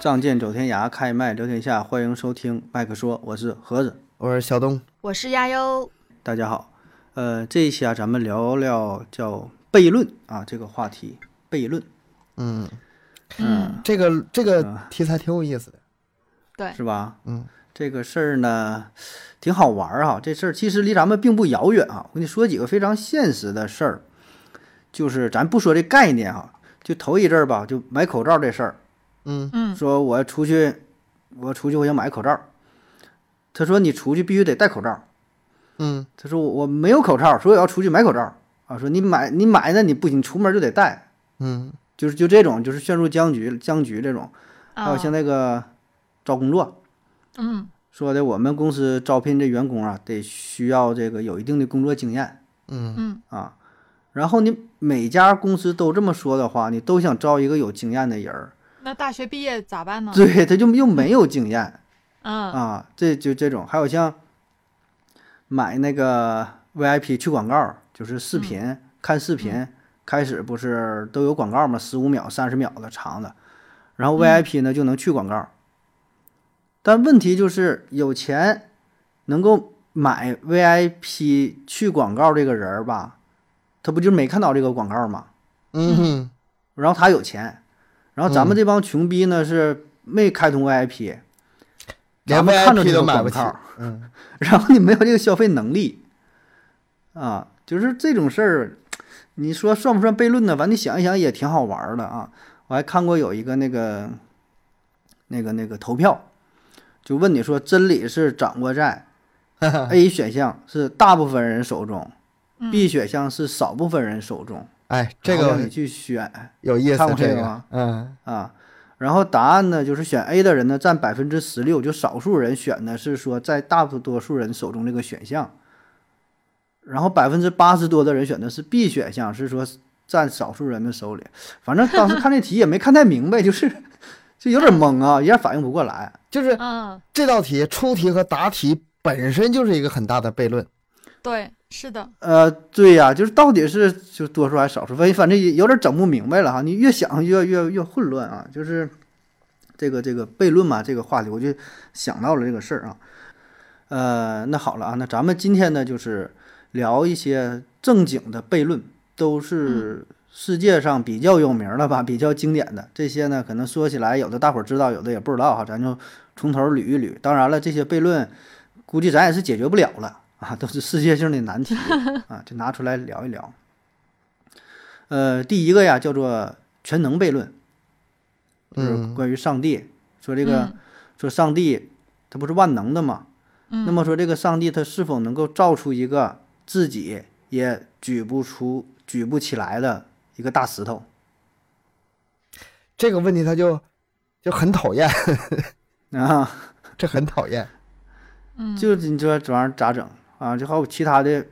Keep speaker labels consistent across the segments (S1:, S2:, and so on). S1: 仗剑走天涯，开麦聊天下，欢迎收听麦克说，我是盒子，
S2: 我是小东，
S3: 我是亚优。
S1: 大家好，呃，这一期啊，咱们聊聊叫悖论啊这个话题，悖论
S2: 嗯，
S3: 嗯，
S2: 这个这个
S1: 啊
S2: 题材挺有意思的，
S3: 对，
S1: 是吧？
S2: 嗯，
S1: 这个事儿呢，挺好玩儿哈、这事儿其实离咱们并不遥远啊。我跟你说几个非常现实的事儿，就是咱不说这概念哈、就头一阵儿吧，就买口罩这事儿，
S2: 嗯
S3: 嗯
S1: 说我出去，我出去我想买口罩，他说你出去必须得戴口罩。
S2: 嗯
S1: 他说我我没有口罩，所以我要出去买口罩啊。说你买你买那你不行，你出门就得戴，
S2: 嗯
S1: 就是就这种就是陷入僵局僵局这种。
S3: 啊
S1: 还有像那个招工作，
S3: 嗯
S1: 说的我们公司招聘这员工啊，得需要这个有一定的工作经验
S2: 嗯
S3: 嗯
S1: 啊。然后你每家公司都这么说的话，你都想招一个有经验的人儿，
S3: 那大学毕业咋办呢？
S1: 对，他就又没有经验，
S3: 嗯
S1: 啊，这就这种，还有像买那个 VIP 去广告，就是视频、看视频，开始不是都有广告嘛，十五秒、三十秒的长的，然后 VIP 呢、就能去广告。但问题就是有钱能够买 VIP 去广告这个人儿吧，他不就没看到这个广告吗？
S2: 嗯哼
S1: 然后他有钱，然后咱们这帮穷逼呢是没开通 VIP，、
S2: 嗯连
S1: 咱们看着
S2: VIP
S1: 这
S2: 都
S1: 个
S2: 买不
S1: 广
S2: 起
S1: 告，，
S2: 嗯
S1: 然后你没有这个消费能力，啊，就是这种事儿，你说算不算悖论呢？反正你想一想也挺好玩儿的啊。我还看过有一个那个那个那个投票，就问你说真理是掌握在 A 选项是大部分人手中、
S3: 嗯
S1: b 选项是少部分人手中，
S2: 哎，这
S1: 然后让
S2: 个
S1: 你去选
S2: 有意思
S1: 看过，这
S2: 这
S1: 个
S2: 个
S1: 吗，
S2: 嗯
S1: 啊。然后答案呢，就是选 A 的人呢占百分之十六，就少数人选的是说在大多数人手中这个选项。然后百分之八十多的人选的是 B 选项，是说占少数人的手里。反正当时看这题也没看太明白， 就是就有点懵啊，有点反应不过来。
S2: 就是
S3: 嗯，
S2: 这道题出题和答题本身就是一个很大的悖论，
S3: 对，是的，
S1: 呃，对呀、就是到底是就多数还是少数，反反正也有点整不明白了哈。你越想越越越混乱啊，就是这个这个悖论嘛，这个话题我就想到了这个事儿啊。呃，那好了啊，那咱们今天呢就是聊一些正经的悖论，都是世界上比较有名儿的吧，比较经典的这些呢，可能说起来有的大伙儿知道，有的也不知道哈，咱就从头捋一捋。当然了，这些悖论估计咱也是解决不了了啊，都是世界性的难题啊，就拿出来聊一聊。呃，第一个呀叫做全能悖论，就是
S2: 嗯
S1: 关于上帝，说这个、说上帝他不是万能的嘛，
S3: 嗯
S1: 那么说这个上帝他是否能够造出一个自己也举不出、举不起来的一个大石头？
S2: 这个问题他就就很讨厌，
S1: 啊，
S2: 这很讨厌，
S3: 嗯
S1: 就你说这玩意儿咋整啊？就好比其他的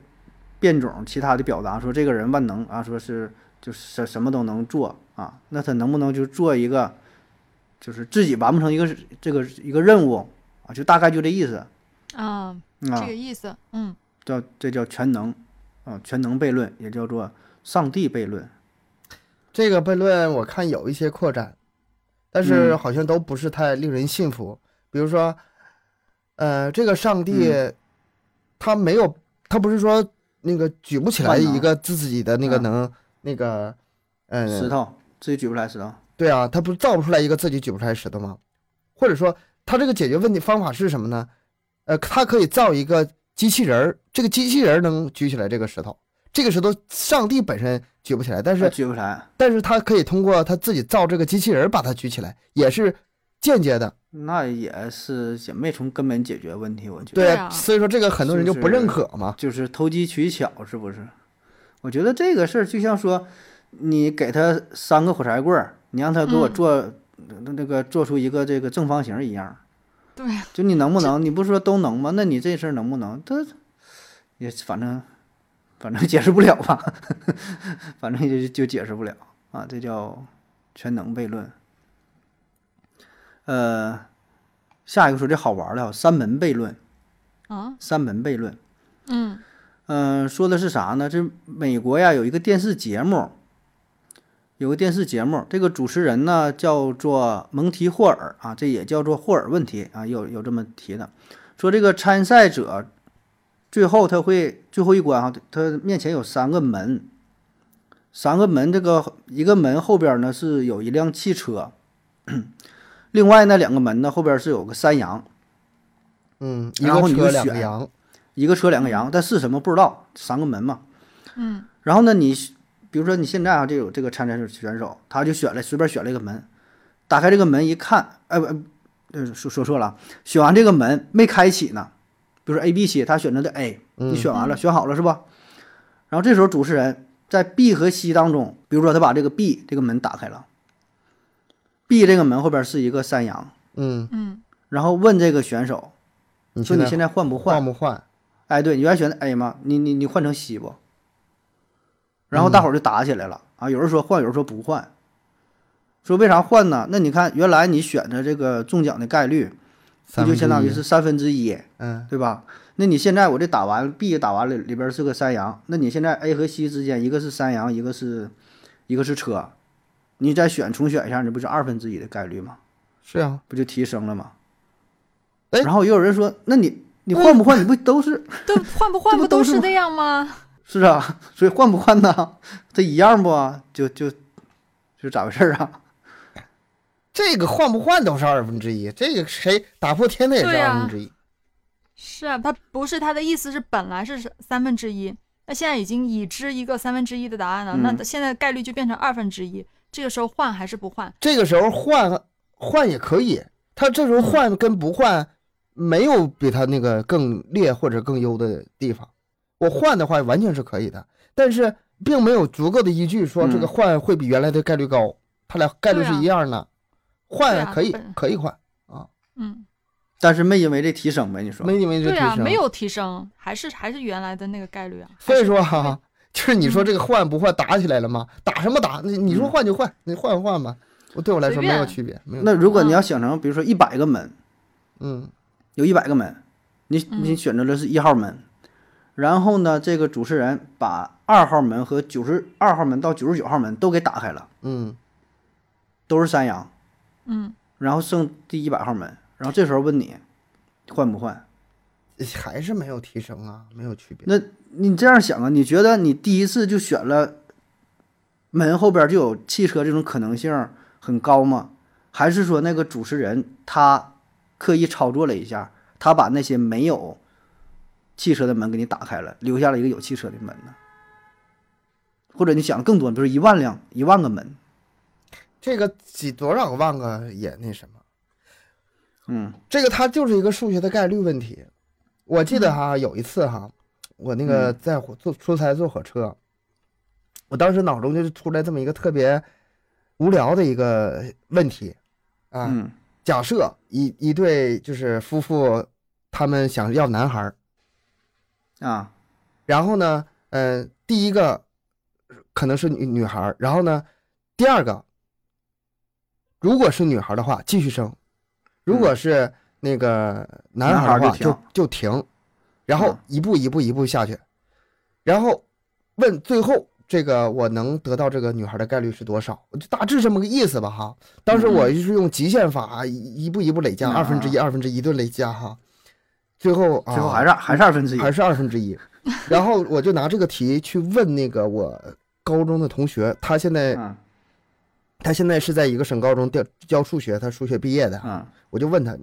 S1: 变种、其他的表达，说这个人万能啊，说是就是什什么都能做啊，那他能不能就做一个，就是自己完不成一个这个一个任务啊？就大概就这意思啊。
S3: 啊，这个意思，嗯
S1: 叫这叫全能啊，全能悖论也叫做上帝悖论。
S2: 这个悖论我看有一些扩展，但是
S1: 嗯
S2: 好像都不是太令人信服。比如说，呃，这个上帝，
S1: 嗯
S2: 他没有，他不是说那个举不起来
S1: 万能
S2: 一个自己的那个
S1: 嗯
S2: 能、那个，呃，
S1: 石头自己举不来石头，
S2: 对啊，他不是造不出来一个自己举不出来石头吗？或者说，他这个解决问题方法是什么呢？呃，他可以造一个机器人儿，这个机器人儿能举起来这个石头，这个石头上帝本身举不起来，但
S1: 他
S2: 是
S1: 啊举不来，
S2: 但是他可以通过他自己造这个机器人儿把它举起来，也是间接的。
S1: 那也是也没从根本解决问题。我觉得
S2: 对
S3: 对啊
S2: 所以说这个很多人就不认
S1: 就是
S2: 可嘛。
S1: 就是投机取巧，是不是？我觉得这个事儿就像说，你给他三个火柴棍儿，你让他给我
S3: 嗯
S1: 做、那那个做出一个这个正方形一样，
S3: 对，
S1: 就你能不能？你不是说都能吗？那你这事儿能不能？他也反正反正解释不了吧， 反正就就解释不了啊，这叫全能悖论。呃，下一个说这好玩儿的啊，三门悖论，
S3: 啊，
S1: 三门悖论。
S3: 嗯
S1: 呃嗯、说的是啥呢？这美国呀有一个电视节目，有个电视节目，这个主持人呢叫做蒙提霍尔啊，这也叫做霍尔问题啊，有有这么提的，说这个参赛者最后他会最后一关哈、他面前有三个门，三个门这个一个门后边呢是有一辆汽车，另外那两个门呢后边是有个山羊，
S2: 嗯，一
S1: 然后
S2: 个
S1: 你
S2: 车
S1: 就
S2: 两个
S1: 选
S2: 羊，
S1: 一个车两个羊，但是什么不知道，三个门嘛。
S3: 嗯
S1: 然后呢，你比如说你现在啊，这有这个参赛选手，他就选了随便选了一个门，打开这个门一看，哎不，呃说说错了啊，选完这个门没开启呢，比如说 A、B、C，他选择的 A，你
S2: 嗯
S1: 选完了，选好了是吧？然后这时候主持人在 B 和 C 当中，比如说他把这个 B 这个门打开了，B 这个门后边是一个山羊，
S2: 嗯，
S3: 嗯
S1: 然后问这个选手
S2: 你
S1: 说
S2: 现
S1: 你
S2: 在
S1: 现在换不换
S2: 换？不换？
S1: 哎，对，你原来选的 A 嘛，你你你换成 C 不？然后大伙儿就打起来了、啊！有人说换，有人说不换，说为啥换呢？那你看，原来你选择这个中奖的概率，不
S2: 三
S1: 就
S2: 分
S1: 相
S2: 之
S1: 当于
S2: 一
S1: 是三分之一，
S2: 嗯
S1: 对吧？那你现在我这打完 B 也打完了，里边是个山羊，那你现在 A 和 C 之间，一个是山羊，一个是一个是车，你再选重选一下，你不就二分之一的概率吗？
S2: 是啊，
S1: 不就提升了吗？
S2: 哎
S1: 然后也有人说，那你你换不换？你不都是
S3: 都换不换
S1: 不
S3: 不
S1: 都
S3: 都
S1: 是
S3: 是
S1: 吗
S3: 这样吗？
S1: 是啊，所以换不换呢？这一样不啊？就就就咋回事儿啊？
S2: 这个换不换都是二分之一，这个谁打破天的也是
S3: 对
S2: 二
S3: 啊
S2: 分之一。
S3: 是啊，他不是他的意思是本来是三分之一，那现在已经已知一个三分之一的答案了，
S1: 嗯
S3: 那现在概率就变成二分之一。这个时候换还是不换？
S2: 这个时候换换也可以，他这时候换跟不换没有比他那个更劣或者更优的地方。我换的话完全是可以的，但是并没有足够的依据说
S1: 嗯
S2: 这个换会比原来的概率高，他俩概率是一样的。
S3: 对
S2: 换
S3: 啊
S2: 可以、
S3: 本
S2: 可以换，
S3: 嗯，
S1: 但是没因为这提升呗？你说
S2: 没你们这
S3: 对
S2: 提
S3: 啊，
S2: 升
S3: 没。有提升，还是还是原来的那个概率啊。
S2: 所
S3: 还
S2: 以
S3: 是
S2: 说哈、就是你说这个换不换打起来了吗？打什么打？你你说
S1: 嗯
S2: 换就换，你换换吧。我对我来
S3: 随
S2: 说没有
S3: 便
S2: 区别，没有
S1: 那如果你要想成，比如说一百个门，
S2: 嗯
S1: 有一百个门，你你
S3: 嗯
S1: 选择的是一号门，然后呢，这个主持人把二号门和九十二号门到九十九号门都给打开了，
S2: 嗯
S1: 都是山羊，
S3: 嗯，
S1: 然后剩第一百号门，然后这时候问你换不换？
S2: 还是没有提升啊，没有区别。
S1: 那你这样想啊，你觉得你第一次就选了门后边就有汽车这种可能性很高吗？还是说那个主持人他刻意操作了一下，他把那些没有汽车的门给你打开了，留下了一个有汽车的门呢？或者你想更多，比如一万辆、一万个门，
S2: 这个几多少万个也那什么，
S1: 嗯
S2: 这个它就是一个数学的概率问题。我记得哈，有一次哈，我那个
S1: 嗯
S2: 在火坐出差坐火车，我当时脑中就是出来这么一个特别无聊的一个问题啊，
S1: 嗯
S2: 假设一一对就是夫妇，他们想要男孩儿，
S1: 啊
S2: 然后呢，呃，第一个可能是女女孩儿，然后呢，第二个如果是女孩儿的话，继续生；如果是那个男孩儿的
S1: 嗯男孩
S2: 话，
S1: 儿就
S2: 就
S1: 停
S2: 就停，然后
S1: 嗯
S2: 一步一步一步下去，然后问最后这个我能得到这个女孩儿的概率是多少？我就大致这么个意思吧哈。当时我就是用极限法，一一步一步累加，
S1: 嗯
S2: 二分之一、二分之一，一顿累加哈。最后啊，
S1: 最后还是、还是二分之一，
S2: 还是二分 之一。然后我就拿这个题去问那个我高中的同学，他现在
S1: 嗯
S2: 他现在是在一个省高中教教数学，他数学毕业的，
S1: 嗯
S2: 我就问他，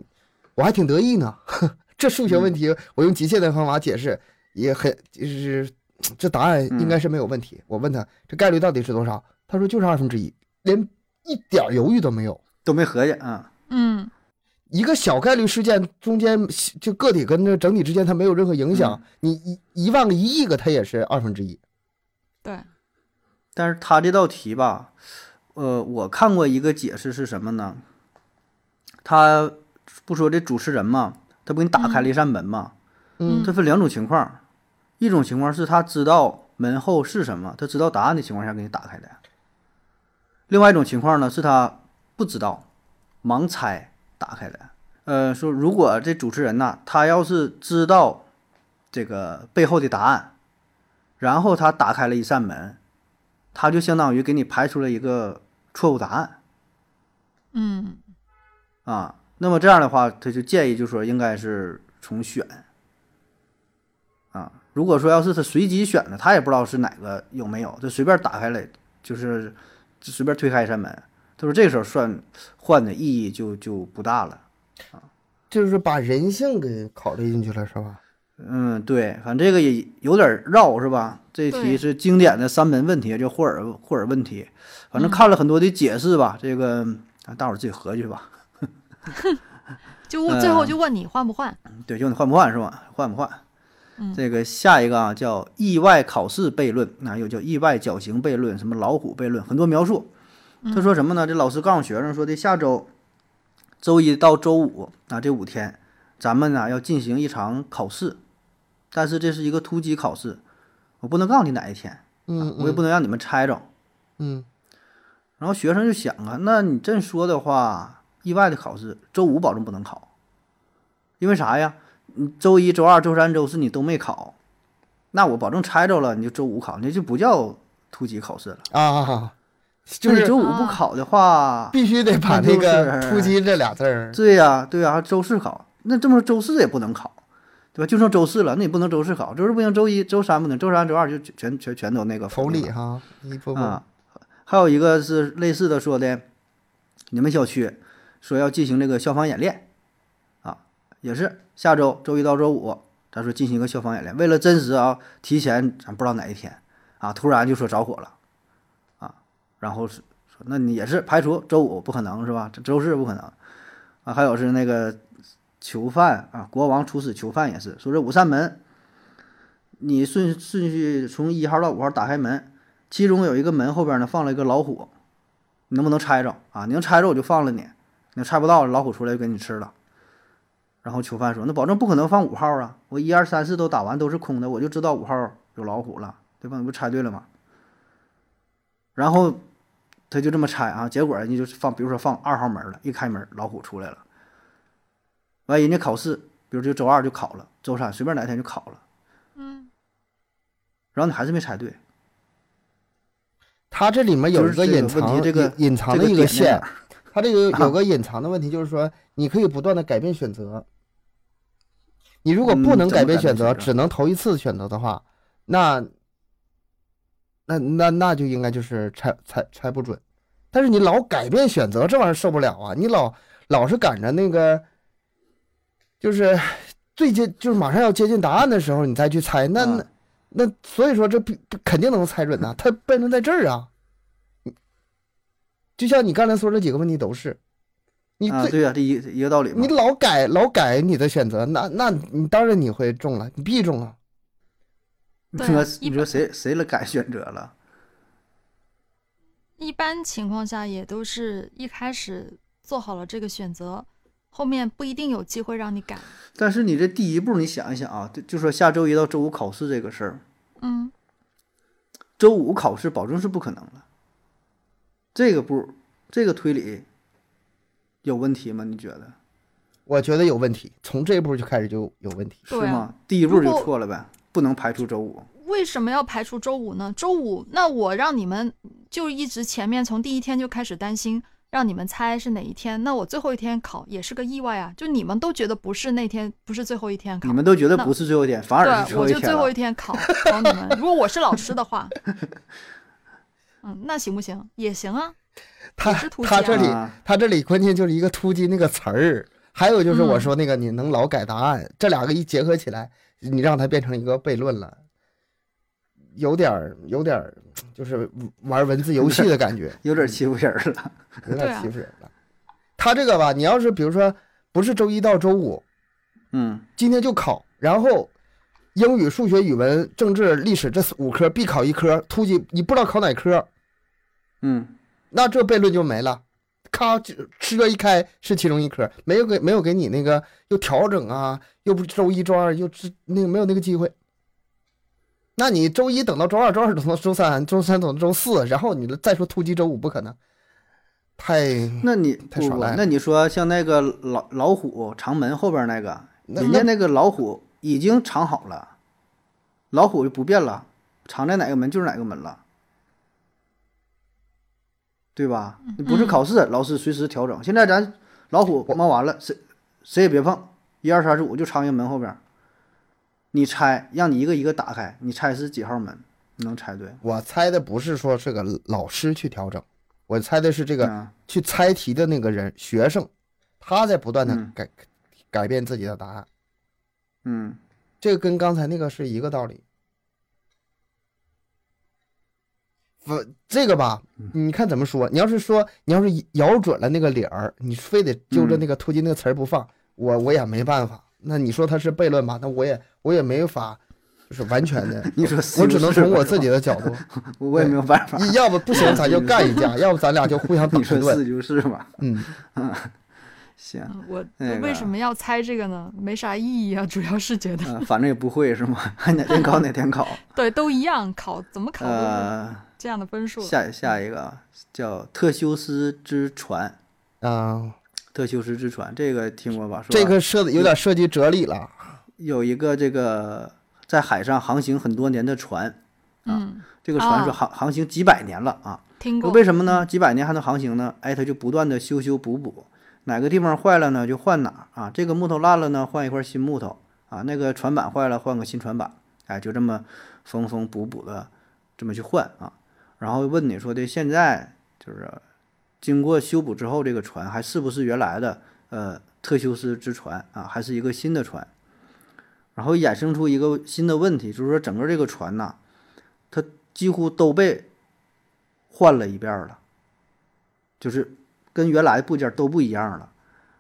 S2: 我还挺得意呢， 这数学问
S1: 嗯
S2: 题我用极限的方法解释也很就是这答案应
S1: 嗯
S2: 该是没有问题。我问他这概率到底是多少，他说就是二分之一，连一点儿犹豫都没有。
S1: 都没合计啊，
S3: 嗯
S2: 一个小概率事件中间，就个体跟这整体之间，它没有任何影响。
S1: 嗯
S2: 你一一万个一亿个，它也是二分之一。
S3: 对，
S1: 但是他这道题吧，呃，我看过一个解释是什么呢？他不说这主持人嘛，他不给你打开了一扇门嘛？
S2: 嗯
S1: 这分两种情况，一种情况是他知道门后是什么，他知道答案的情况下给你打开的；另外一种情况呢，是他不知道，盲猜打开的。呃，说如果这主持人呐、他要是知道这个背后的答案，然后他打开了一扇门，它就相当于给你排出了一个错误答案
S3: 嗯，
S1: 啊。那么这样的话，他就建议就说应该是重选啊。如果说要是他随机选的，他也不知道是哪个有没有，就随便打开了，就是就随便推开一扇门。他说这个时候算换的意义就就不大了。
S2: 就是把人性给考虑进去了，是吧？
S1: 嗯，对，反正这个也有点绕，是吧？这题
S3: 对
S1: 是经典的三门问题，就霍尔霍尔问题。反正看了很多的解释吧，这个啊大伙儿自己合计吧。
S3: 就问最
S1: 嗯
S3: 后就问你换不换？
S1: 对，就你换不换是吧？换不换？
S3: 嗯
S1: 这个下一个啊叫意外考试悖论，那、又叫意外绞刑悖论，什么老虎悖论，很多描述。他说什么呢？这老师告诉学生说的，下周周一到周五啊这五天，咱们呢、要进行一场考试，但是这是一个突击考试，我不能告诉你哪一天，啊
S2: 嗯，
S1: 我也不能让你们猜着。
S2: 嗯，
S1: 然后学生就想啊，那你这么说的话，意外的考试周五保证不能考，因为啥呀？你周一周二周三周四你都没考，那我保证猜着了，你就周五考，那就不叫突击考试了。
S2: 嗯啊，就
S1: 那你
S2: 是啊
S1: 周五不考的话，
S2: 必须得把那
S1: 那
S2: 个
S1: 就是
S2: “突击”这俩字儿，
S1: 对呀、对呀、周四考，那这么说周四也不能考，对吧？就剩周四了，那也不能周四考，周四不行，周一周三不能，周三周二就全全全都那个
S2: 同
S1: 理
S2: 理哈，一步步，
S1: 啊，还有一个是类似的说的，你们小区说要进行这个消防演练，啊，也是下周周一到周五，咱说进行一个消防演练，为了真实啊，提前咱不知道哪一天啊，突然就说着火了，啊，然后是说那你也是排除周五不可能是吧？这周四不可能，啊，还有是那个囚犯啊，国王处死囚犯也是说这五扇门。你顺顺序从一号到五号打开门，其中有一个门后边呢放了一个老虎，你能不能拆着啊？你能拆着我就放了你，你拆不到老虎出来就给你吃了。然后囚犯说：“那保证不可能放五号啊！我一二三四都打完都是空的，我就知道五号有老虎了，对吧？你不猜对了吗？”然后他就这么拆啊，结果人家就是放，比如说放二号门了，一开门老虎出来了。完，人家考试，比如就周二就考了，周三随便哪天就考了，
S3: 嗯，
S1: 然后你还是没猜对，
S2: 它这里面有一
S1: 就是这个
S2: 隐
S1: 问
S2: 藏、
S1: 题这个
S2: 隐隐藏
S1: 这
S2: 的一
S1: 点
S2: 个
S1: 在哪
S2: 线
S1: 儿，
S2: 它 这个有
S1: 啊
S2: 有个隐藏的问题，就是说你可以不断的改变选择。你如果不
S1: 嗯
S2: 能
S1: 怎么
S2: 改变
S1: 改变
S2: 选择，
S1: 选择
S2: 只能投一次选择的话，那那那那就应该就是猜猜猜不准。但是你老改变选择，这玩意儿受不了啊！你老老是赶着那个，就是最接就是马上要接近答案的时候，你再去猜，那那、
S1: 嗯
S2: 那所以说这必肯定能猜准呐、它悖论在这儿啊。就像你刚才说这几个问题都是，你最、
S1: 啊，对呀、这一一个道理嘛
S2: 你。老改老改你的选择，那那你当然你会中了，你必中啊。
S1: 你
S3: 对
S1: 说
S3: 啊一
S1: 你说谁谁来改选择了？
S3: 一般情况下也都是一开始做好了这个选择，后面不一定有机会让你改。
S1: 但是你这第一步，你想一想啊，就就说下周一到周五考试这个事儿，
S3: 嗯，
S1: 周五考试保证是不可能了。这个步，这个推理有问题吗？你觉得
S2: 我觉得有问题，从这一步就开始就有问题。
S1: 是
S3: 对啊
S1: 吗？第一步
S3: 如
S1: 就
S3: 果
S1: 错了呗，不能排除周五。
S3: 为什么要排除周五呢？周五，那我让你们就一直前面从第一天就开始担心，让你们猜是哪一天。那我最后一天考也是个意外啊，就你们都觉得不是那天，不是最后一天考
S1: 你，们都觉得
S3: 那
S1: 不是最后一天，反而是
S3: 对，我
S1: 一
S3: 就
S1: 天
S3: 最后一
S1: 了。啊
S3: 天考考你们。如果我是老师 的话，嗯，那行不行？也行啊，
S2: 他
S3: 也是突击啊
S2: 他这里
S1: 啊
S2: 他这里关键就是一个突击那个词儿，还有就是我
S3: 嗯
S2: 说那个你能劳改答案，这两个一结合起来，你让它变成一个悖论了，有点儿有点儿就是玩文字游戏的感觉。
S1: 有点欺负人了，
S2: 有
S3: 对
S2: 点
S3: 啊
S2: 欺负人了。他这个吧，你要是比如说不是周一到周五，
S1: 嗯，
S2: 今天就考，然后英语、数学、语文、政治、历史这四五科必考一科，突击你不知道考哪科，
S1: 嗯，
S2: 那这悖论就没了。咔，就车一开是其中一科，没有给没有给你那个又调整啊，又不是周一周二又是那个没有那个机会。那你周一等到周二，周二等到周三，周三等到周四，然后你再说突击周五不可能，太
S1: 那你
S2: 太
S1: 不
S2: 耍
S1: 不，
S2: 赖了
S1: 那你说像那个老老虎长门后边那个，
S2: 那
S1: 人家
S2: 那
S1: 那个老虎已经藏好了，老虎就不变了，藏在哪个门就是哪个门了。对吧？你不是考试，老师随时调整。现在咱老虎猫完了，谁谁也别碰，一二三四五就藏人门后边儿。你猜，让你一个一个打开，你猜是几号门？你能猜对？
S2: 我猜的不是说这个老师去调整，我猜的是这个
S1: 啊，
S2: 去猜题的那个人学生，他在不断的
S1: 嗯
S2: 改改变自己的答案。
S1: 嗯，
S2: 这个跟刚才那个是一个道理。不，这个吧，
S1: 嗯
S2: 你看怎么说？你要是说你要是咬准了那个理儿，你非得揪
S1: 嗯
S2: 着那个突击那个词儿不放，我我也没办法。那你说他是悖论吧？那我也我也没法，就是完全的
S1: ，你说是
S2: 我只能
S1: 不是
S2: 从我
S1: 吧
S2: 自己，的角度。
S1: 我我也没有办 法。
S2: 要不不行，咱就干一 架；要不咱俩就互相打
S1: 你
S2: 一
S1: 说
S2: 顿。
S1: 是就是吧？
S2: 嗯，
S1: 行，
S3: 嗯我
S1: 那
S3: 我为
S1: 个
S3: 什么要猜这个呢？没啥意义啊， 主要是 觉得、
S1: 嗯、反正也不会是吗？ 还哪 天考哪天考。
S3: 对都一样，考怎么考都是
S1: 呃，
S3: 这样的分数。
S1: 下下一个啊叫特修斯之船，
S2: 啊，
S1: 特修斯之船这个听过吧？是吧
S2: 这个涉有点涉及哲理了。
S1: 有一个这个在海上航行很多年的船，
S3: 嗯，
S1: 这个船
S3: 啊
S1: 是航、航行几百年了啊。
S3: 听过。
S1: 为什么呢？几百年还能航行呢？哎，它就不断的修修补补，哪个地方坏了呢就换哪儿啊。这个木头烂了呢，换一块新木头啊。那个船板坏了，换个新船板。哎，就这么缝缝补补的这么去换啊。然后问你说的现在就是经过修补之后，这个船还是不是原来的呃特修斯之船啊，还是一个新的船？然后衍生出一个新的问题，就是说整个这个船呐、它几乎都被换了一遍儿了，就是跟原来部件都不一样了。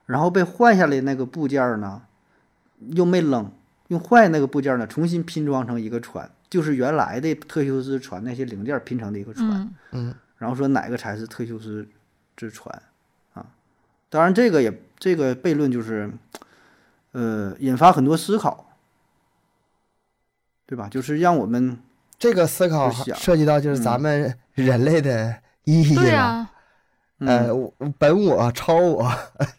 S1: 然后被换下来那个部件儿呢，又没扔，用坏那个部件儿呢重新拼装成一个船，就是原来的特修斯船那些零件儿拼成的一个船。
S3: 嗯，
S2: 嗯，
S1: 然后说哪个才是特修斯之船啊？当然，这个也这个悖论就是，呃，引发很多思考，对吧？就是让我们
S2: 这个思考
S1: 就想
S2: 涉及到就是咱们人类的意义
S3: 对啊
S2: 了。
S3: 呀、
S1: 嗯
S2: 呃，我本我、超我，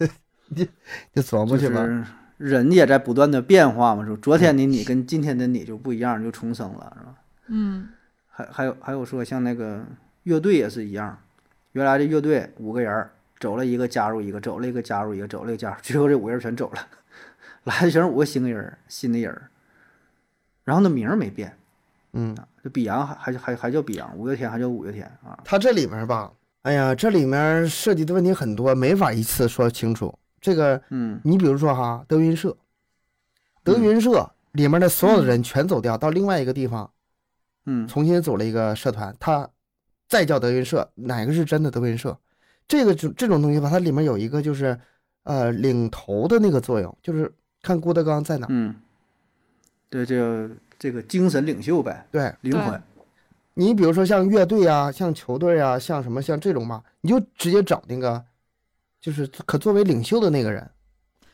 S2: 就就琢磨
S1: 就
S2: 去吧。
S1: 是人也在不断的变化嘛，说昨天的你跟今天的你就不一样，就重生了，是吧？
S3: 嗯，
S1: 还还有还有说像那个乐队也是一样，原来的乐队五个人儿走了一个加入一个，走了一个加入一个，走了一个加入， 最后这五个人全走了， 来的全是五个新的人儿，新的人儿，然后呢名儿没变，
S2: 嗯，
S1: 这比洋还还还还叫比洋，五月天还叫五月天啊，
S2: 它这里面吧，哎呀，这里面涉及的问题很多，没法一次说清楚。这个，
S1: 嗯
S2: 你比如说哈，德云社，德云社里面的所有的人全走掉，到另外一个地方
S1: 嗯
S2: 重新组了一个社团，它再叫德云社，哪个是真的德云社？这个就这种东西吧，它里面有一个就是，呃，领头的那个作用，就是看郭德纲在哪儿。
S1: 嗯，对这个这个精神领袖呗，
S2: 对，
S1: 灵魂，
S2: 你比如说像乐队啊，像球队啊，像什么像这种嘛，你就直接找那个，就是可作为领袖的那个人。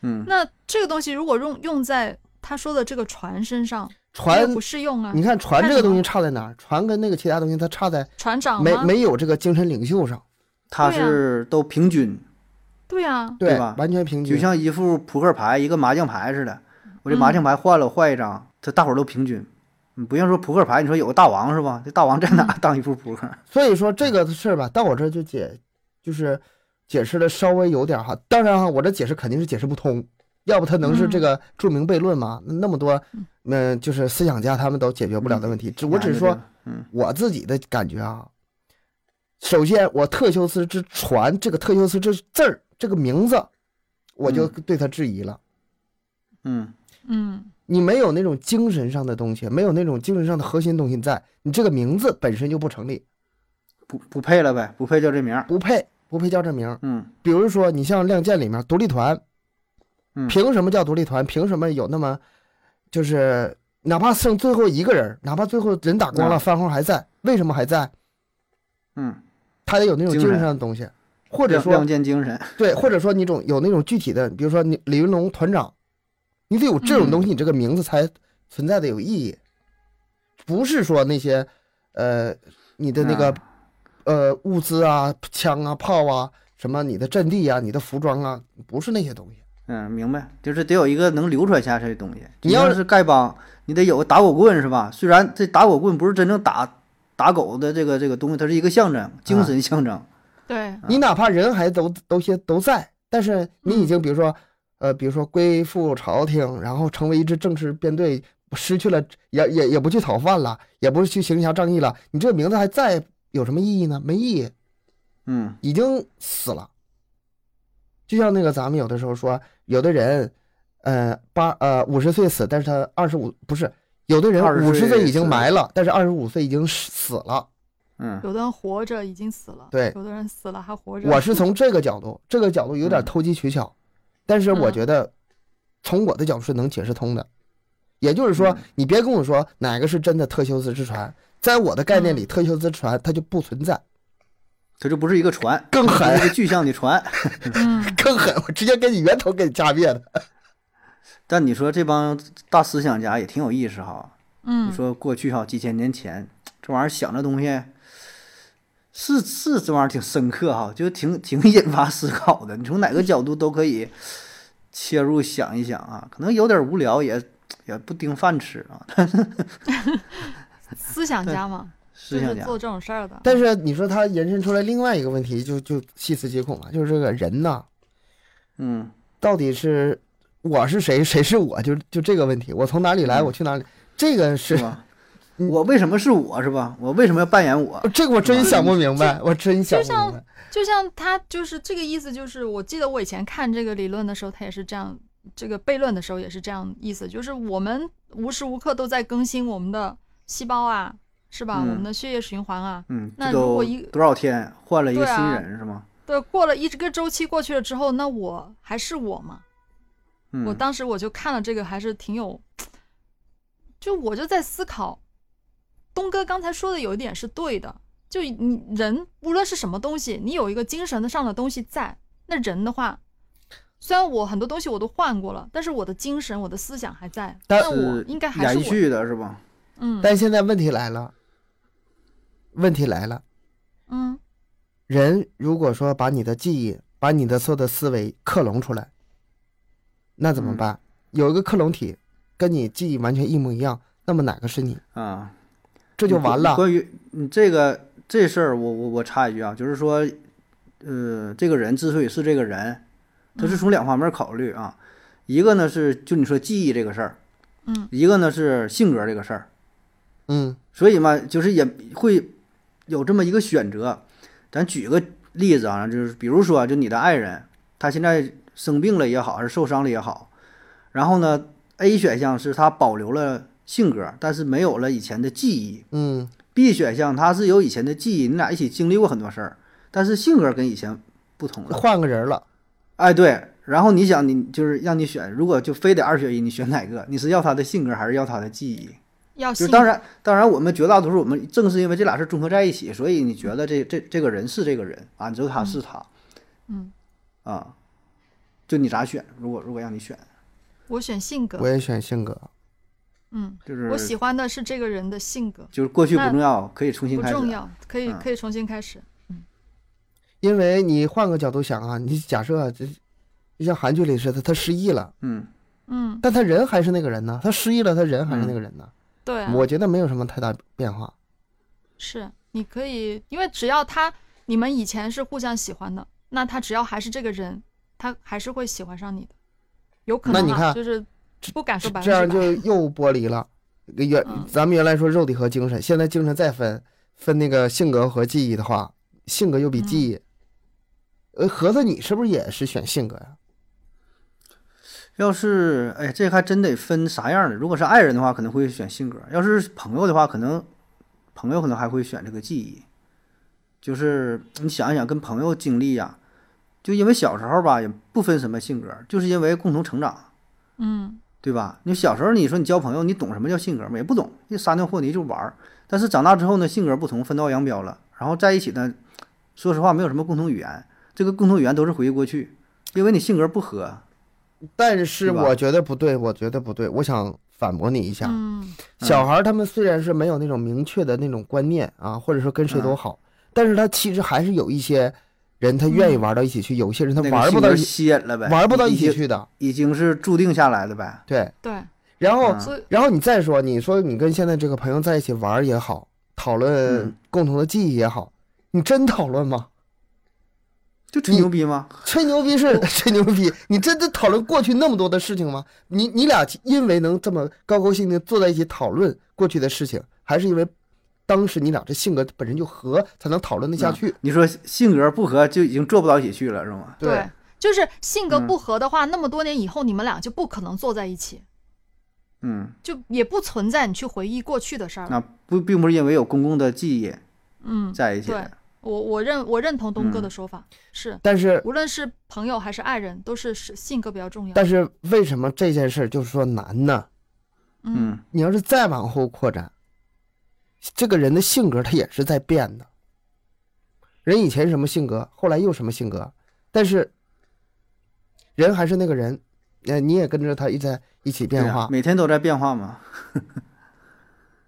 S1: 嗯
S3: 那这个东西如果用用在他说的这个船身上，
S2: 船
S3: 这个，不适用啊
S2: 你。看船这个
S3: 看什么
S2: 东西差在哪儿？船跟那个其他东西它差在
S3: 船长
S2: 没
S3: 吗？
S2: 没有这个精神领袖上，
S1: 他
S3: 对啊呀
S1: 是都平均，
S3: 对啊，
S1: 对
S2: 对
S1: 吧
S2: 完全平
S1: 就
S2: 均。
S1: 像一副扑克牌、一个麻将牌似的。我这麻将牌换了，换一张，这大伙儿都平均。你不像说扑克牌，你说有个大王是吧？这大王在哪当一副扑克？
S2: 所以说这个事儿吧，到我这儿就解，就是解释的稍微有点儿哈。当然哈，我这解释肯定是解释不通，要不它能是这个著名悖论吗？那么多，嗯、就是思想家他们都解决不了的问题。只我只是说
S1: 哎，那这个
S2: 我自己的感觉啊，首先我特修斯之船这个特修斯之字儿这个名字，我就对他质疑了。
S1: 嗯
S3: 嗯，
S2: 你没有那种精神上的东西，没有那种精神上的核心东西在，你这个名字本身就不成立，
S1: 嗯，不不配了呗，不配叫这名儿。
S2: 不配不配叫这名儿。
S1: 嗯
S2: 比如说，你像《亮剑》里面独立团
S1: 嗯，
S2: 凭什么叫独立团？凭什么有那么就是哪怕剩最后一个人，哪怕最后人打光了，
S1: 嗯
S2: 番号还在，为什么还在？
S1: 嗯，
S2: 他得有那种
S1: 精
S2: 精神
S1: 神
S2: 上的东西，或者
S1: 亮
S2: 说
S1: 亮剑精神。
S2: 对，或者说你种有那种具体的，比如说你李云龙团长，你得有这种东西，你这个名字才存在的有意义，不是说那些，呃，你的那个、呃物资啊、枪啊、炮啊，什么你的阵地啊、你的服装啊，不是那些东西。
S1: 嗯，明白，就是得有一个能流传下去的东西。
S2: 你要是
S1: 是丐帮，你得有个打狗棍是吧？虽然
S2: 啊
S1: 这打狗棍不是真正打打狗的这个这个东西，它是一个象征，精神象征。
S3: 对，
S2: 你哪怕人还都都些都在，但是你已经比如说，呃，比如说归附朝廷，然后成为一支正式编队，失去了也也也不去讨饭了，也不是去行侠仗义了，你这个名字还在有什么意义呢？没意义，
S1: 嗯
S2: 已经死了。就像那个咱们有的时候说，有的人，呃，八呃五十岁死，但是他二十五不是，有的人
S1: 20
S2: 五十岁已经
S1: 死
S2: 埋了，但是二十五岁已经死了。
S1: 嗯
S3: 有的人活着已经死了，
S2: 对
S3: 有的人死了还活着。
S2: 我是从这个角度，这个角度有点
S1: 嗯
S2: 投机取巧，但是我
S3: 嗯
S2: 觉得从我的角度是能解释通的。也就是说
S1: 嗯，
S2: 你别跟我说哪个是真的特修斯之船，在我的概念里，
S3: 嗯
S2: 特修斯之船它就不存在，
S1: 它就不是一个船，
S2: 更狠
S1: 它是一个具象的船。
S3: 嗯，
S2: 更狠，我直接给你源头给你掐灭的。
S1: 但你说这帮大思想家也挺有意思哈。你
S3: 嗯，
S1: 说过去哈几千年前这玩意儿想这东西，是是这玩意儿挺深刻哈，就挺挺引发思考的。你从哪个角度都可以切入想一想啊，可能有点无聊也也不盯饭吃啊。
S3: 思想家嘛，
S1: 思
S3: 就
S1: 想
S3: 是
S1: 家，
S3: 做这种事儿的。
S2: 但是你说它延伸出来另外一个问题，就就细思极恐了，就是这个人呐，
S1: 嗯
S2: 到底是我是谁，谁是我，就就这个问题，我从哪里来，
S1: 嗯
S2: 我去哪里，这个是
S1: 吧？
S2: 嗯
S1: 我为什么是我是吧？我为什么要扮演我？
S2: 这个我真想不明白，我真想
S3: 就
S2: 不明
S3: 像
S2: 白。
S3: 就像他就是这个意思，就是我记得我以前看这个理论的时候，他也是这样，这个悖论的时候也是这样意思，就是我们无时无刻都在更新我们的细胞啊，是吧？
S1: 嗯
S3: 我们的血液循环啊，
S1: 嗯，
S3: 那
S1: 这
S3: 如
S1: 都
S3: 果一
S1: 多少天换了一个
S3: 对
S1: 新
S3: 啊
S1: 人、是吗？
S3: 对，过了一这个周期过去了之后，那我还是我吗？
S1: 嗯，
S3: 我当时我就看了这个，还是挺有，就我就在思考，东哥刚才说的有一点是对的，就你人无论是什么东西，你有一个精神上的东西在，那人的话，虽然我很多东西我都换过了，但是我的精神、我的思想还在，
S2: 但
S3: 那我
S1: 是
S3: 应该还是
S1: 延
S3: 我，
S1: 续的是吧？
S3: 嗯
S2: 但现在问题来了，问题来了，
S3: 嗯
S2: 人如果说把你的记忆、把你的所有的思维克隆出来，那怎么
S1: 嗯
S2: 办？有一个克隆体跟你记忆完全一模一样，那么哪个是你？
S1: 啊，
S2: 这就完了。
S1: 关于你这个这事儿，我我我插一句啊，就是说，呃，这个人之所以是这个人，他是从两方面考虑啊，一个呢是就你说记忆这个事儿，
S3: 嗯，
S1: 一个呢是性格这个事儿，
S2: 嗯
S1: 所以嘛，就是也会有这么一个选择。咱举个例子啊，就是比如说，就你的爱人，他现在生病了也好，还是受伤了也好，然后呢，A 选项是他保留了性格，但是没有了以前的记忆。
S2: 嗯
S1: B 选项它是有以前的记忆，你俩一起经历过很多事儿，但是性格跟以前不同了。
S2: 换个人了，
S1: 哎，对，然后你想，你就是让你选，如果就非得二选一，你选哪个？你是要他的性格还是要他的记忆？
S3: 要
S1: 就
S3: 信
S1: 是当然，当然，我们绝大多数我们正是因为这俩事儿综合在一起，所以你觉得这这这个人是这个人啊，你觉得他是他
S3: 嗯，
S1: 啊，就你咋选？如果如果让你选，
S3: 我选性格
S2: 我，也选性格。
S3: 嗯，
S1: 就是
S3: 我喜欢的是这个人的性格，
S1: 就是过去不
S3: 那
S1: 重要，可以重新
S3: 不
S1: 开始。
S3: 重要，可以
S1: 嗯
S3: 可以重新开始，
S2: 因为你换个角度想啊，你假设啊这就像韩剧里似的，他失忆了，
S1: 嗯
S3: 嗯，
S2: 但他人还是那个人呢，他失忆了，他人还是那个人呢。
S3: 对啊。
S2: 我觉得没有什么太大变化。
S3: 是，你可以，因为只要他你们以前是互相喜欢的，那他只要还是这个人，他还是会喜欢上你的，有可
S2: 那
S3: 能
S2: 你
S3: 啊
S2: 看
S3: 就是不敢说百
S2: 这
S3: 分之
S2: 样
S3: 百，
S2: 就又剥离了。原
S3: 嗯
S2: 咱们原来说肉体和精神，现在精神再分分那个性格和记忆的话，性格又
S3: 嗯
S2: 比记忆。呃，合着你是不是也是选性格呀、
S1: 要是哎，这还真得分啥样的。如果是爱人的话，可能会选性格；要是朋友的话，可能朋友可能还会选这个记忆。就是你想一想，跟朋友经历呀、就因为小时候吧，也不分什么性格，就是因为共同成长，
S3: 嗯
S1: 对吧？你小时候你说你交朋友，你懂什么叫性格吗？也不懂，就撒尿和泥就玩儿。但是长大之后呢，性格不同，分道扬镳了。然后在一起呢，说实话没有什么共同语言，这个共同语言都是回忆过去，因为你性格不合。
S2: 但
S1: 是
S2: 是
S1: 吧
S2: 我觉得不对，我觉得不对，我想反驳你一下。
S3: 嗯
S2: 小孩儿他们虽然是没有那种明确的那种观念啊，或者说跟谁都
S1: 嗯
S2: 好，但是他其实还是有一些人他愿意
S3: 嗯
S2: 玩到一起去，有些人他
S1: 那个
S2: 玩不
S1: 性
S2: 到
S1: 格
S2: 一起，
S1: 吸引了呗，
S2: 玩不到一
S1: 已
S2: 起
S1: 经
S2: 去的。
S1: 已经是注定下来的呗。
S2: 对，
S3: 对，
S2: 然后
S1: 嗯
S3: 所以
S2: 然后你再说，你说你跟现在这个朋友在一起玩儿也好，讨论
S1: 嗯
S2: 共同的记忆也好，你真讨论吗？
S1: 就吹
S2: 你
S1: 牛逼吗？
S2: 吹牛逼是 吹牛逼，你真的讨论过去那么多的事情吗？你你俩因为能这么高高兴兴地坐在一起讨论过去的事情，还是因为当时你俩这性格本身就合，才能讨论得下去？
S1: 你说性格不合就已经做不到一起去了，是吗？
S3: 对，就是性格
S1: 嗯
S3: 不合的话，那么多年以后你们俩就不可能坐在一起，
S1: 嗯，
S3: 就也不存在你去回忆过去的
S2: 嗯
S3: 事儿了。
S1: 那不并不是因为有公共的记忆
S3: 嗯，
S1: 在一起
S3: 对
S1: 的，
S3: 我我认我认同东哥的
S1: 嗯
S3: 说法，是
S2: 但是
S3: 无论是朋友还是爱人，都是是性格比较重要。
S2: 但是为什么这件事儿就是说难呢？
S3: 嗯，
S1: 嗯，
S2: 你要是再往后扩展，这个人的性格他也是在变的。人以前什么性格，后来又什么性格，但是人还是那个人，呃，你也跟着他一直在一起
S1: 对
S2: 变
S1: 啊
S2: 化，
S1: 每天都在变化嘛。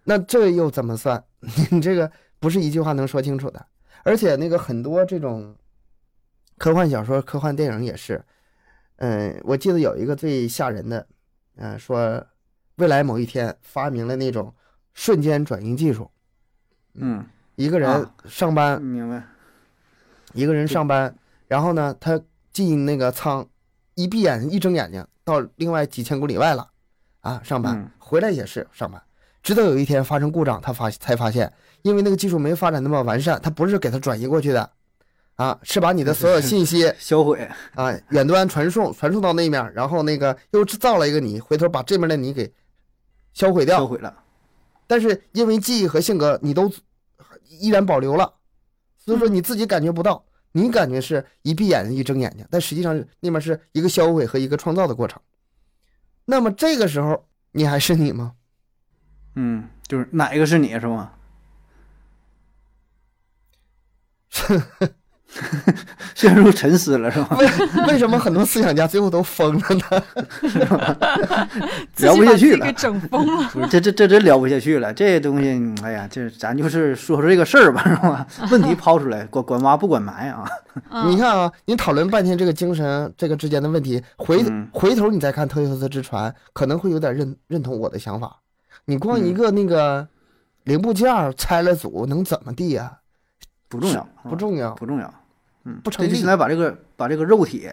S2: 那这又怎么算？ 你这个不是一句话能说清楚的。而且那个很多这种科幻小说、科幻电影也是，嗯，我记得有一个最吓人的，嗯、说未来某一天发明了那种瞬间转移技术，
S1: 嗯，
S2: 一个人
S1: 啊
S2: 上班，
S1: 明白。
S2: 一个人上班，然后呢，他进那个舱，一闭眼一睁眼睛到另外几千公里外了，啊，上班、
S1: 嗯
S2: 回来也是上班，直到有一天发生故障，他发才发现，因为那个技术没发展那么完善，他不是给他转移过去的，啊，是把你的所有信息
S1: 销毁，
S2: 啊远端传送传送到那面，然后那个又制造了一个你，回头把这面的你给销毁掉
S1: 销，毁了。
S2: 但是因为记忆和性格你都依然保留了，所以说
S3: 嗯
S2: 你自己感觉不到，你感觉是一闭眼睛一睁眼睛，但实际上那边是一个销毁和一个创造的过程。那么这个时候你还是你 吗？
S1: 嗯，就是哪一个是你是吗？ 陷入沉思了是吗？
S2: 为为什么很多思想家最后都疯了呢？
S3: 自
S1: 聊
S3: 己
S1: 不
S3: 把
S1: 下
S3: 自
S1: 去
S3: 己
S1: 了
S3: 给整疯了。
S1: 不是，这这这真聊不下去了，这东西，嗯哎呀，这咱就是说说这个事儿吧，是吧？问题抛出来，管管挖不管埋啊。
S2: 你
S3: 嗯，
S2: 看啊，你讨论半天这个精神这个之间的问题，回、
S1: 嗯
S2: 回头你再看《特修斯之船》，可能会有点认认同我的想法。你光一个那个零部件儿拆了组，能怎么地呀、
S1: 不重要，
S2: 不重要
S1: 要，。不重要，嗯，
S2: 不成
S1: 这就
S2: 立
S1: 现在把这个把这个肉体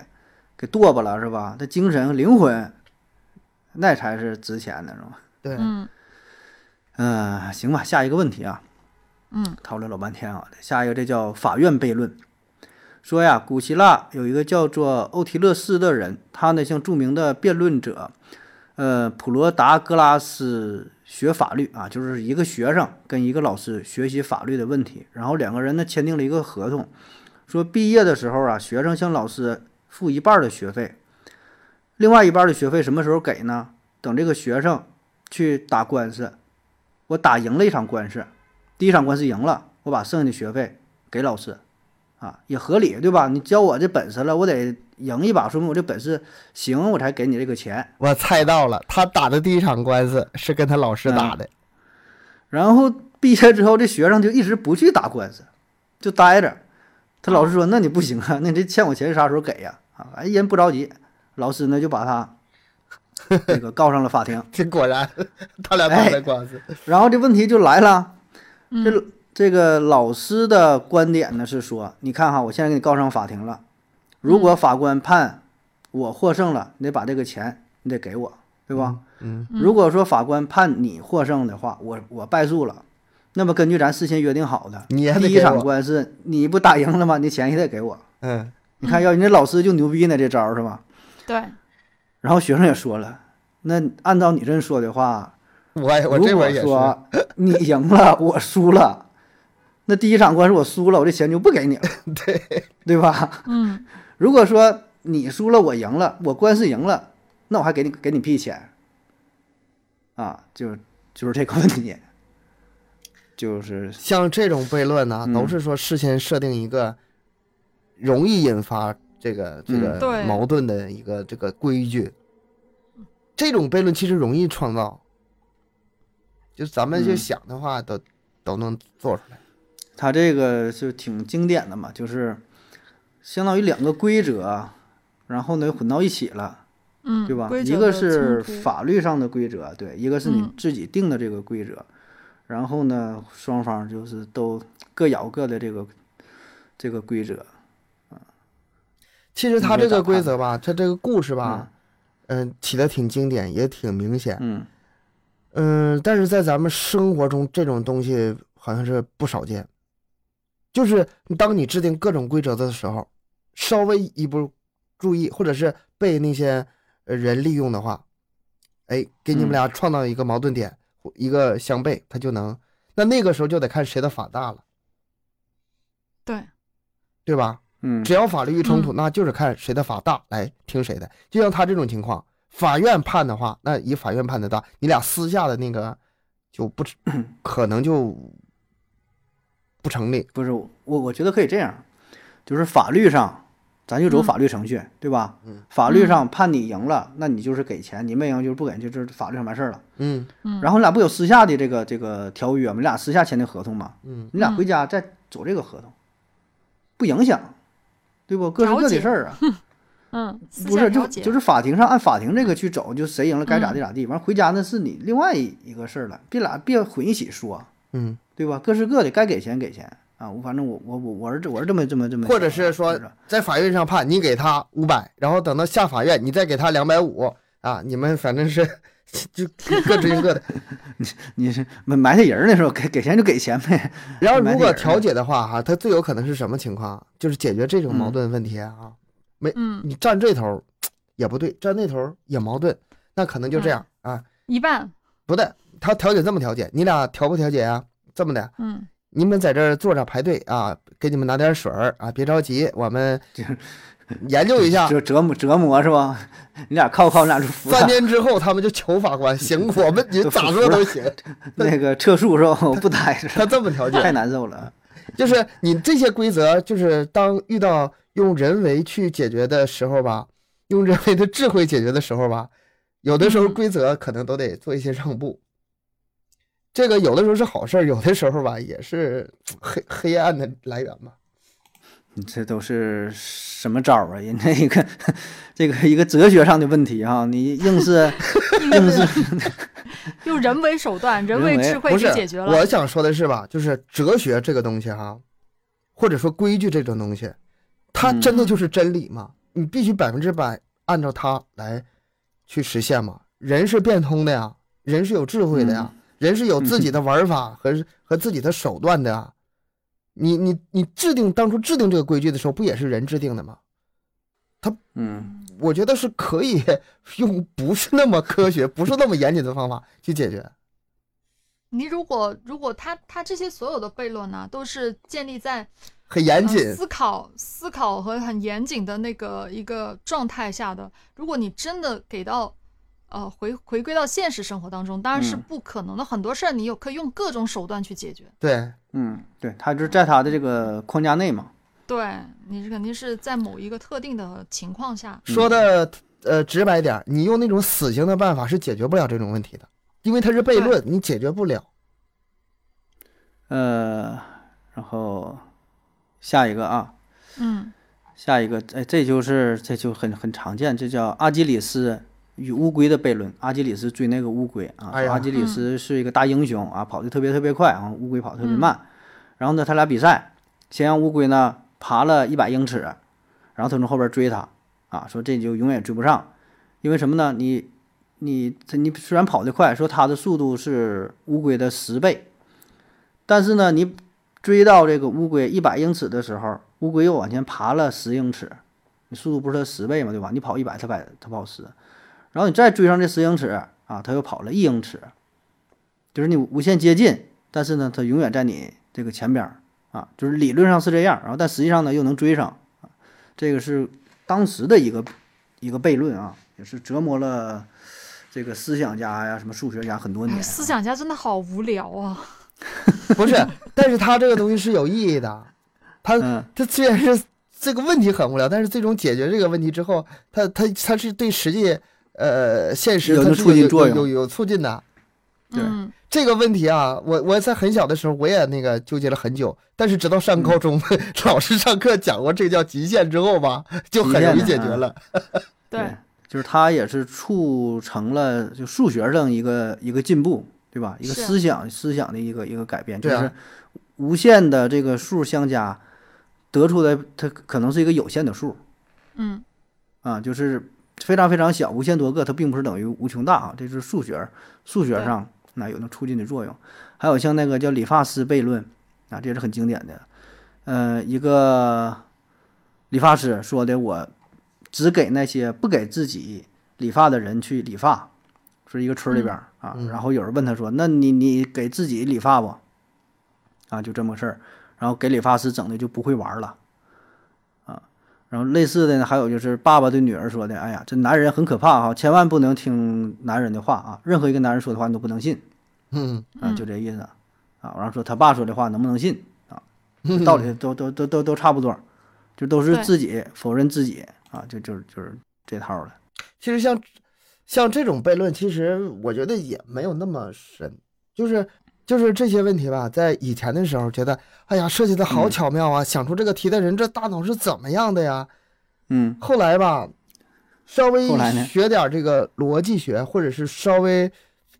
S1: 给剁吧了，是吧？这精神灵魂，那才是值钱的，是吧？
S2: 对，
S3: 嗯
S1: 嗯、行吧，下一个问题啊，
S3: 嗯，
S1: 讨论老半天啊，下一个这叫法院悖论，说呀，古希腊有一个叫做欧提勒斯的人，他呢向著名的辩论者，呃，普罗达格拉斯学法律啊，就是一个学生跟一个老师学习法律的问题，然后两个人呢签订了一个合同，说毕业的时候啊，学生向老师付一半的学费，另外一半的学费什么时候给呢？等这个学生去打官司，我打赢了一场官司，第一场官司赢了，我把剩下的学费给老师，啊，也合理，对吧？你教我这本事了，我得赢一把，说明我这本事行，我才给你这个钱。
S2: 我猜到了，他打的第一场官司是跟他老
S1: 嗯
S2: 师打的。
S1: 然后毕业之后，这学生就一直不去打官司，就待着。他老师说：“那你不行啊，那你这欠我钱啥时候给呀？”啊，哎，人不着急，老师呢就把他 这个告上了法庭。
S2: 这果然，他俩打
S1: 哎
S2: 的官司。
S1: 然后这问题就来了，
S3: 嗯
S1: 这这个老师的观点呢是说，你看哈，我现在给你告上法庭了，如果法官判我获胜了，你得把这个钱你得给我，对吧？
S2: 嗯，
S3: 嗯
S1: 如果说法官判你获胜的话，我我败诉了，那么根据咱事先约定好的，
S2: 你也得
S1: 第一
S2: 给
S1: 场
S2: 我
S1: 官司你不打赢了吗？你钱也得给我。
S2: 嗯，
S1: 你看，要人家老师就牛逼呢，这招儿是吧？
S3: 对，
S1: 然后学生也说了，那按照你这么说的话，
S2: 嗯我也哎我
S1: 如
S2: 这
S1: 果
S2: 边也是。
S1: 说你赢了，我输了，那第一场官司我输了，我这钱就不给你 了，对对吧？
S3: 嗯
S1: 如果说你输了，我赢了，我官司赢了，那我还给你给你屁钱啊？就就是这个问题，就是
S2: 像这种悖论呢、
S1: 嗯
S2: 都是说事先设定一个容易引发这个这
S1: 嗯
S2: 个
S3: 对
S2: 矛盾的一个这个规矩。这种悖论其实容易创造，就是咱们就
S1: 嗯
S2: 想的话都、都能做出来。
S1: 它这个就挺经典的嘛，就是相当于两个规则，然后呢混到一起了。
S3: 嗯，
S1: 对吧？
S3: 规
S1: 一
S3: 则
S1: 个
S3: 的
S1: 是
S3: 冲突
S1: 法律上的规则，对，一个是你
S3: 嗯
S1: 自己定的这个规则，然后呢，双方就是都各咬各的这个这个规则啊，
S2: 其实他
S1: 你觉得
S2: 这个
S1: 咋看
S2: 规则吧，他这个故事吧，嗯、起的挺经典，也挺明显，
S1: 啊嗯，
S2: 嗯、但是在咱们生活中这种东西好像是不少见，就是当你制定各种规则的时候，稍微一不注意，或者是被那些呃人利用的话，哎，给你们
S1: 嗯
S2: 俩创造一个矛盾点，或一个相悖，他就能，那那个时候就得看谁的法大了，
S3: 对，
S2: 对吧？
S1: 嗯，
S2: 只要法律一冲突，那就是看谁的法大来听谁的。就像他这种情况，法院判的话，那以法院判的大，你俩私下的那个 就不可能就不成立。
S1: 不是我，我觉得可以这样，就是法律上，咱就走
S3: 嗯
S1: 法律程序，对吧？法律上判你赢了，那你就是给钱；你没赢就是不给，就这法律上完事儿了。
S2: 嗯
S3: 嗯
S1: 然后你俩不有私下的这个这个条约吗？你俩私下签的合同吗？
S2: 嗯，
S1: 你俩
S3: 嗯
S1: 回家再走这个合同，不影响，对不？各是各
S3: 调解
S1: 的事儿啊。
S3: 嗯，私
S1: 不
S3: 下
S1: 是，
S3: 调
S1: 就
S3: 解嗯
S1: 就是法庭上按法庭这个去走，就谁赢了该咋地咋地。完、回家那是你另外一一个事儿了，别俩别混一起说，
S2: 嗯，
S1: 对吧？各是各的，该给钱给钱啊。我反正我我我我是这我是这么这么这么想的，
S2: 或者是说在法院上判，你给他五百，然后等到下法院，你再给他两百五啊，你们反正是 就各执行 各的。
S1: 你是埋埋汰人儿的时候给给钱就给钱呗，
S2: 然后
S1: 买点
S2: 如果
S1: 儿嗯
S2: 调解的话，哈，他最有可能是什么情况？就是解决这种矛盾问题啊，
S3: 嗯
S2: 你站这头儿也不对，站那头儿也矛盾，那可能就这样、啊。
S3: 一半，
S2: 不对，他调解这么调解，你俩调不调解啊？这么的，
S3: 嗯
S2: 你们在这儿坐着排队啊，给你们拿点水儿啊，别着急，我们 研究一下。
S1: 折折磨折磨啊是吧？ 你俩靠不靠，你俩就服
S2: 三
S1: 了。
S2: 天之后，他们就求法官，行，我们你
S1: 就
S2: 咋
S1: 服
S2: 说都
S1: 了
S2: 行。
S1: 那个撤诉是吧？我 不待着，
S2: 他这么调解，
S1: 太难受了。啊
S2: 就是你这些规则，就是当遇到用人为去解决的时候吧，用人为的智慧解决的时候吧，有的时候
S3: 嗯
S2: 规则可能都得做一些让步。这个有的时候是好事儿，有的时候吧也是黑黑暗的来源吧。
S1: 你这都是什么招儿啊？人家一个 这个一个哲学上的问题哈、你硬是硬是
S3: 用人为手段、人
S1: 人
S3: 为
S1: 为
S3: 智慧
S2: 不
S3: 去
S2: 是
S3: 解决，了
S2: 我。想说的是吧，就是哲学这个东西哈、或者说规矩这种东西，它真的就是真理吗？你必须百分之百按照它来去实现吗？人是变通的呀，人是有智慧的呀，人是有自己的玩法和、和自己的手段的呀。你你你制定当初制定这个规矩的时候，不也是人制定的吗？
S1: 嗯，
S2: 我觉得是可以用不是那么科学、不是那么严谨的方法去解决。
S3: 你如果如果他他这些所有的悖论呢、都是建立在
S2: 很严
S3: 呃
S2: 谨，
S3: 思考、思考和很严谨的那个一个状态下的。如果你真的给到，呃，回回归到现实生活当中，当然是
S1: 嗯
S3: 不可能的。很多事儿你有可以用各种手段去解决。
S2: 对，
S1: 嗯，对，他就是在他的这个框架内嘛。
S3: 对，你是肯定是在某一个特定的情 况下，
S2: 说的呃直白点儿，你用那种死刑的办法是解决不了这种问题的，因为它是悖论，你解决不了。
S1: 呃，然后下一个啊，
S3: 嗯
S1: 下一个，哎，这就是这就很很常见，这叫阿基里斯与乌龟的悖论。阿基里斯追那个乌龟啊，
S2: 哎呀
S1: 阿基里斯是一个大英雄啊，跑得特别特别快啊，乌龟跑得特别慢。然后呢，他俩比赛，先让乌龟呢爬了一百英尺，然后他从后边追他啊，说这你就永远追不上，因为什么呢？你你他你虽然跑得快，说它的速度是乌龟的十倍，但是呢，你追到这个乌龟一百英尺的时候，乌龟又往前爬了十英尺，你速度不是它十倍嘛，对吧？你跑一百，它百它跑十，然后你再追上这十英尺啊，它又跑了一英尺，就是你无限接近，但是呢，它永远在你这个前边儿啊，就是理论上是这样，然后但实际上呢又能追上，啊、这个是当时的一个一个悖论啊，也是折磨了这个思想家呀、什么数学家很多
S3: 哎
S1: 年
S3: 呀，
S1: 啊。
S3: 思想家真的好无聊啊。
S2: 不是，但是它这个东西是有意义的，它
S1: 嗯
S2: 它虽然是这个问题很无聊，但是最终解决这个问题之后，它它它是对实际呃现实
S1: 有
S2: 它
S1: 那
S2: 是
S1: 促进作
S2: 有
S1: 用
S2: 有有促进的。
S1: 对
S3: 嗯，
S2: 这个问题啊，我我在很小的时候我也那个纠结了很久，但是直到上高中、
S1: 嗯
S2: 老师上课讲过这个叫极限之后吧，就很容易
S1: 啊
S2: 解决了。
S3: 对，
S1: 就是它也是促成了就数学上一个一个进步，对吧？一个
S3: 是
S1: 思想思想的一个一个改变，就
S2: 对啊
S1: 是无限的这个数相加得出来，它可能是一个有限的数，
S3: 嗯
S1: 啊，就是非常非常小，无限多个，它并不是等于无穷大啊，这是数学数学
S3: 对
S1: 上那有那促进的作用。还有像那个叫理发师悖论啊，这也是很经典的。呃，一个理发师说的，我只给那些不给自己理发的人去理发，是一个村儿里边儿啊。然后有人问他说：“那你你给自己理发不？”啊，就这么个事儿。然后给理发师整的就不会玩儿了。然后类似的呢，还有就是爸爸对女儿说的：“哎呀，这男人很可怕哈、千万不能听男人的话啊，任何一个男人说的话你都不能信
S2: 嗯，
S1: 啊，就这意思啊。”然后说他爸说的话能不能信啊？
S2: 嗯
S1: 道理都都都都都差不多，就都是
S3: 对
S1: 自己否认自己啊，就就是就是这套的。
S2: 其实像像这种悖论，其实我觉得也没有那么深，就是就是这些问题吧，在以前的时候觉得，哎呀，设计的好
S1: 嗯
S2: 巧妙啊，想出这个题的人这大脑是怎么样的呀？
S1: 嗯
S2: 后来吧，稍微
S1: 后来呢
S2: 学点这个逻辑学，或者是稍微，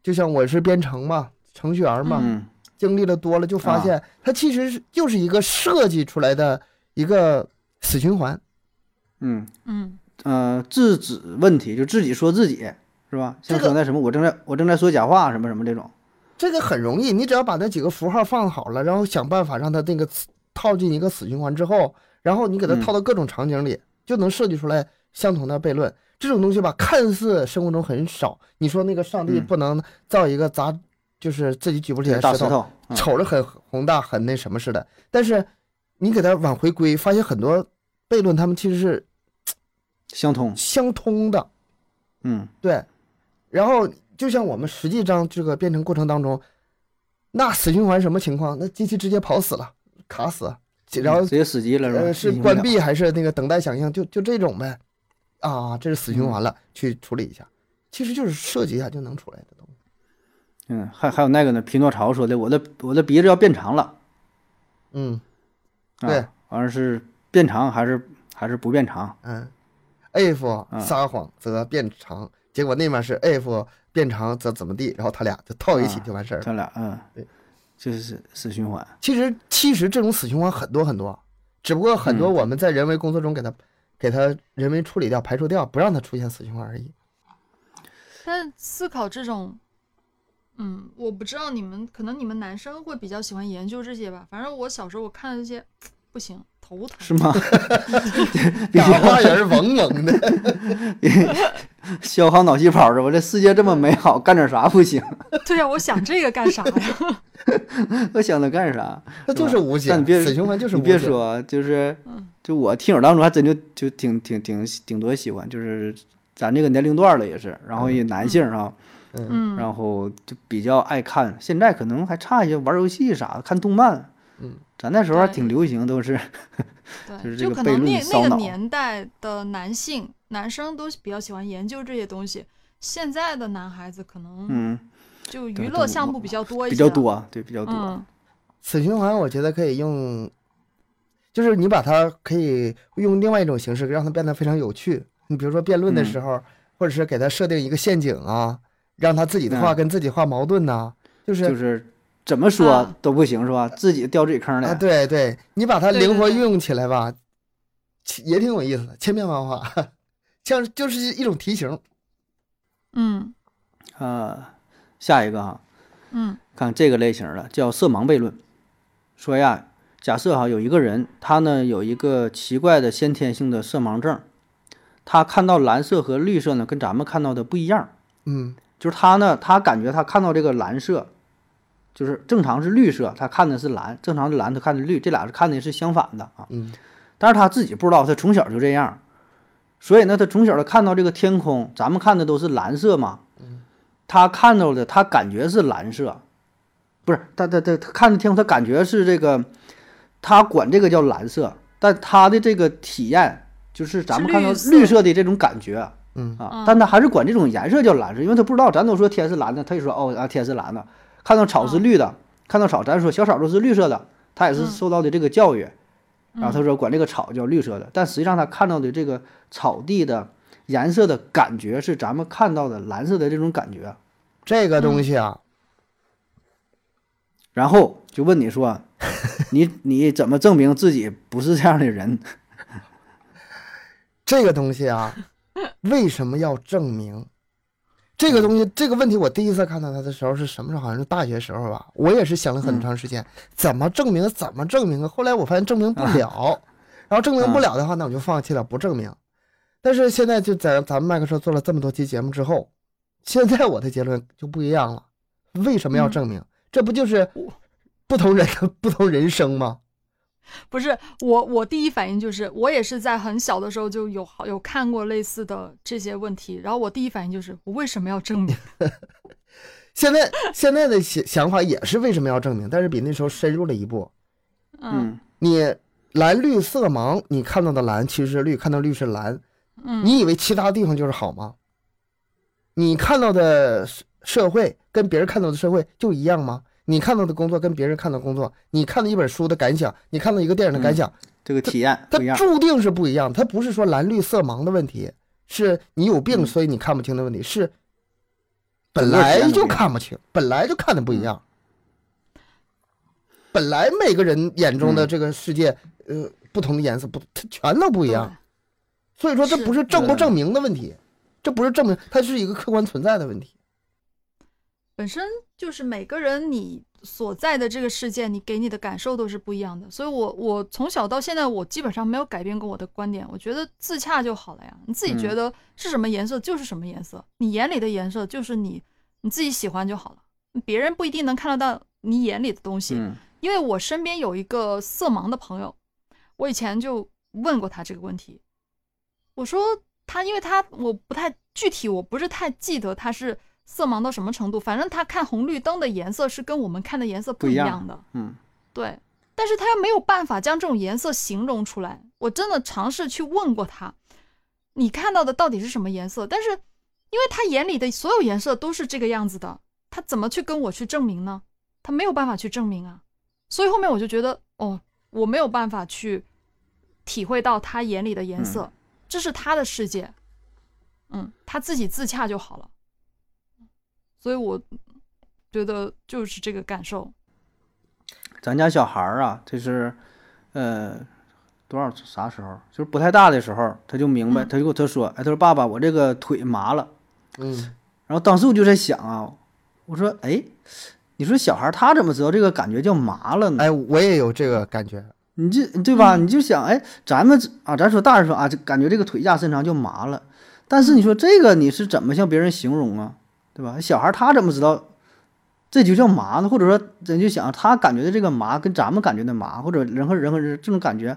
S2: 就像我是编程嘛，程序员嘛，
S1: 嗯
S2: 经历的多了，就发
S1: 啊
S2: 现它其实是就是一个设计出来的一个死循环。
S1: 嗯
S3: 嗯
S1: 呃，制止问题就自己说自己是吧？像
S2: 这个
S1: 说那什么，我正在我正在说假话什么什么这种。
S2: 这个很容易，你只要把那几个符号放好了，然后想办法让它那个死套进一个死循环之后，然后你给它
S1: 嗯
S2: 套到各种场景里，就能设计出来相同的悖论。这种东西吧，看似生活中很少。你说那个上帝
S1: 嗯
S2: 不能造一个砸，就是自己举不起来
S1: 大
S2: 石
S1: 石
S2: 头，
S1: 头，嗯
S2: 瞅着很宏大、很那什么似的，但是你给它往回归，发现很多悖论它们其实是
S1: 相通。
S2: 相通的。
S1: 嗯
S2: 对，然后就像我们实际上这个编程过程当中，那死循环什么情况？那机器直接跑死了，卡死，然后
S1: 嗯直接死机了是吧？
S2: 呃是
S1: 进行不
S2: 关
S1: 了
S2: 闭还是那个等待响应？就就这种呗，啊，这是死循环了，
S1: 嗯
S2: 去处理一下，其实就是设计一下就能出来的东西。
S1: 嗯，还还有那个呢，匹诺曹说的，我的我的鼻子要变长了，
S2: 嗯
S1: 啊、
S2: 对，
S1: 完了是变长还是还是不变长？
S2: 嗯，if
S1: 嗯
S2: 撒谎则变长，结果那面是 if 变长则怎么地，然后他俩就套一起
S1: 啊
S2: 就完事儿了。
S1: 咱俩嗯
S2: 对，
S1: 就是死循 环，
S2: 其实其实这种死循环很多很多，只不过很多
S1: 嗯
S2: 我们在人为工作中给它、给它人为处理掉、排除掉，不让它出现死循 环而已。
S3: 但思考这种，嗯，我不知道你们，可能你们男生会比较喜欢研究这些吧。反正我小时候我看这些不行，头疼。
S1: 是吗？比
S2: 打花人嗡嗡的，
S1: 消耗脑细胞是吧？这世界这么美好，干点啥不 行？
S3: 对呀、我想这个干啥 呀？
S1: 我想它干啥？
S2: 它就是无解
S1: 但你，别
S2: 死循环就是
S1: 你
S2: 无
S1: 别
S2: 解。
S1: 说，就是
S3: 嗯
S1: 就我听友当中还真就就挺挺挺挺多喜欢，就是咱这个年龄段儿了也是，然后也男性啊。
S3: 嗯，
S1: 然后就比较爱看，现在可能还差一些玩游戏啥的，看动漫。
S2: 嗯，
S1: 咱那时候还
S3: 对
S1: 挺流行，都是就
S3: 对，
S1: 是这个
S3: 可
S1: 悖
S3: 能
S1: 论
S3: 那
S1: 烧
S3: 那个
S1: 脑
S3: 年代的男性男生都比较喜欢研究这些东西。现在的男孩子可能
S1: 嗯
S3: 就
S1: 对
S3: 娱
S1: 对
S3: 乐
S1: 我
S3: 项目比较多一
S1: 比
S3: 些，
S1: 较，多，对比较多。
S3: 啊嗯，
S2: 死循环我觉得可以用，就是你把它可以用另外一种形式让它变得非常有趣。你比如说辩论的时候，
S1: 嗯
S2: 或者是给它设定一个陷阱啊，让他自己的话
S1: 嗯
S2: 跟自己话矛盾呐、就是
S1: 就是怎么说
S3: 啊
S1: 都不行是吧？自己掉自己坑里
S2: 啊，。对对，你把它
S3: 对
S2: 灵
S3: 对
S2: 活
S3: 对
S2: 运用起来吧，其也挺有意思的，千变万化， 像就是一种题型。
S3: 嗯
S1: 啊，下一个哈，
S3: 嗯
S1: 看这个类型的叫色盲悖论，说呀，假设哈有一个人，他呢有一个奇怪的先天性的色盲症，他看到蓝色和绿色呢跟咱们看到的不一样。
S2: 嗯
S1: 就是他呢，他感觉他看到这个蓝色，就是正常是绿色，他看的是蓝，正常是蓝，他看的绿，这俩是看的是相反的啊。
S2: 嗯
S1: 但是他自己不知道，他从小就这样，所以呢，他从小他看到这个天空，咱们看的都是蓝色嘛，他看到的他感觉是蓝色，不是他他他他看的天空，他感觉是这个，他管这个叫蓝色，但他的这个体验就是咱们看到
S3: 是绿色
S1: 绿色的这种感觉，
S2: 嗯
S1: 啊
S3: 嗯，
S1: 但他还是管这种颜色叫蓝色，因为他不知道，咱都说天是蓝的，他就说哦啊天是蓝的，看到草是绿的，看到草咱说小草都是绿色的，他也是
S3: 啊嗯
S1: 受到的这个教育，然后
S3: 嗯
S1: 他说管这个草叫绿色的，但实际上他看到的这个草地的颜色的感觉是咱们看到的蓝色的这种感觉，
S2: 这个
S3: 嗯
S2: 东西啊，
S1: 然后就问你 说，你你怎么证明自己不是这样的人？
S2: 这个东西啊，为什么要证明？这个东西，这个问题，我第一次看到它的时候是什么时候？好像是大学时候吧。我也是想了很长时间，怎么证明？怎么证明啊？后来我发现证明不了， 然后证明不了的话，那我就放弃了，不证明。但是现在就在咱们麦克说做了这么多期节目之后，现在我的结论就不一样了。为什么要
S3: 嗯
S2: 证明？这不就是不同人不同人生吗？
S3: 不是我，我第一反应就是，我也是在很小的时候就有好有看过类似的这些问题，然后我第一反应就是，我为什么要证明？嗯
S2: 现在现在的想想法也是为什么要证明，但是比那时候深入了一步。
S3: 嗯
S2: 你蓝绿色盲，你看到的蓝其实是绿，看到绿是蓝，
S3: 嗯
S2: 你以为其他地方就是好吗？你看到的社社会跟别人看到的社会就一样吗？你看到的工作跟别人看到工作，你看到一本书的感想，你看到一个电影的感想，
S1: 这个体验不一
S2: 它
S1: 样。
S2: 注定是不一样。它不是说蓝绿色盲的问题，是你有病
S1: 嗯
S2: 所以你看不清的问题，是本
S1: 整个体验
S2: 来
S1: 都不
S2: 就
S1: 一样
S2: 看不清，本来就看的不一样。本来每个人眼中的
S1: 嗯
S2: 这个世界，呃，不同的颜色不，它全都不一
S3: 对
S2: 样。所以说，这
S3: 是
S2: 不是证不
S1: 嗯
S2: 证明的问题，这不是证明，它是一个客观存在的问题。
S3: 本身就是每个人你所在的这个世界，你给你的感受都是不一样的。所以我，我从小到现在，我基本上没有改变过我的观点。我觉得自洽就好了呀，你自己觉
S1: 嗯
S3: 得是什么颜色就是什么颜色，你眼里的颜色就是你你自己喜欢就好了，别人不一定能看得到你眼里的东西。
S1: 嗯
S3: 因为我身边有一个色盲的朋友，我以前就问过他这个问题，我说他，因为他我不太具体，我不是太记得他是色盲到什么程度，反正他看红绿灯的颜色是跟我们看的颜色不
S1: 不
S3: 一
S1: 一样
S3: 样的，
S1: 嗯，
S3: 对，但是他又没有办法将这种颜色形容出来。我真的尝试去问过他，你看到的到底是什么颜色？但是，因为他眼里的所有颜色都是这个样子的，他怎么去跟我去证明呢？他没有办法去证明啊。所以后面我就觉得，哦，我没有办法去体会到他眼里的颜色，这是他的世界，嗯，他自己自洽就好了。所以我觉得就是这个感受，
S1: 咱家小孩儿啊，这是呃多少啥时候？就是不太大的时候，他就明白，
S3: 嗯
S1: 他就跟他说，哎，他说爸爸，我这个腿麻了。
S2: 嗯，
S1: 然后当时我就在想啊，我说，哎，你说小孩儿他怎么知道这个感觉叫麻了呢？
S2: 哎，我也有这个感觉。
S1: 你这对吧？
S3: 嗯
S1: 你就想，哎，咱们啊，咱说大人说啊，这感觉这个腿下伸长就麻了，但是你
S3: 嗯
S1: 说这个你是怎么向别人形容啊？对吧？小孩他怎么知道这就叫麻呢？或者说，咱就想他感觉的这个麻跟咱们感觉的麻，或者人和人和人这种感觉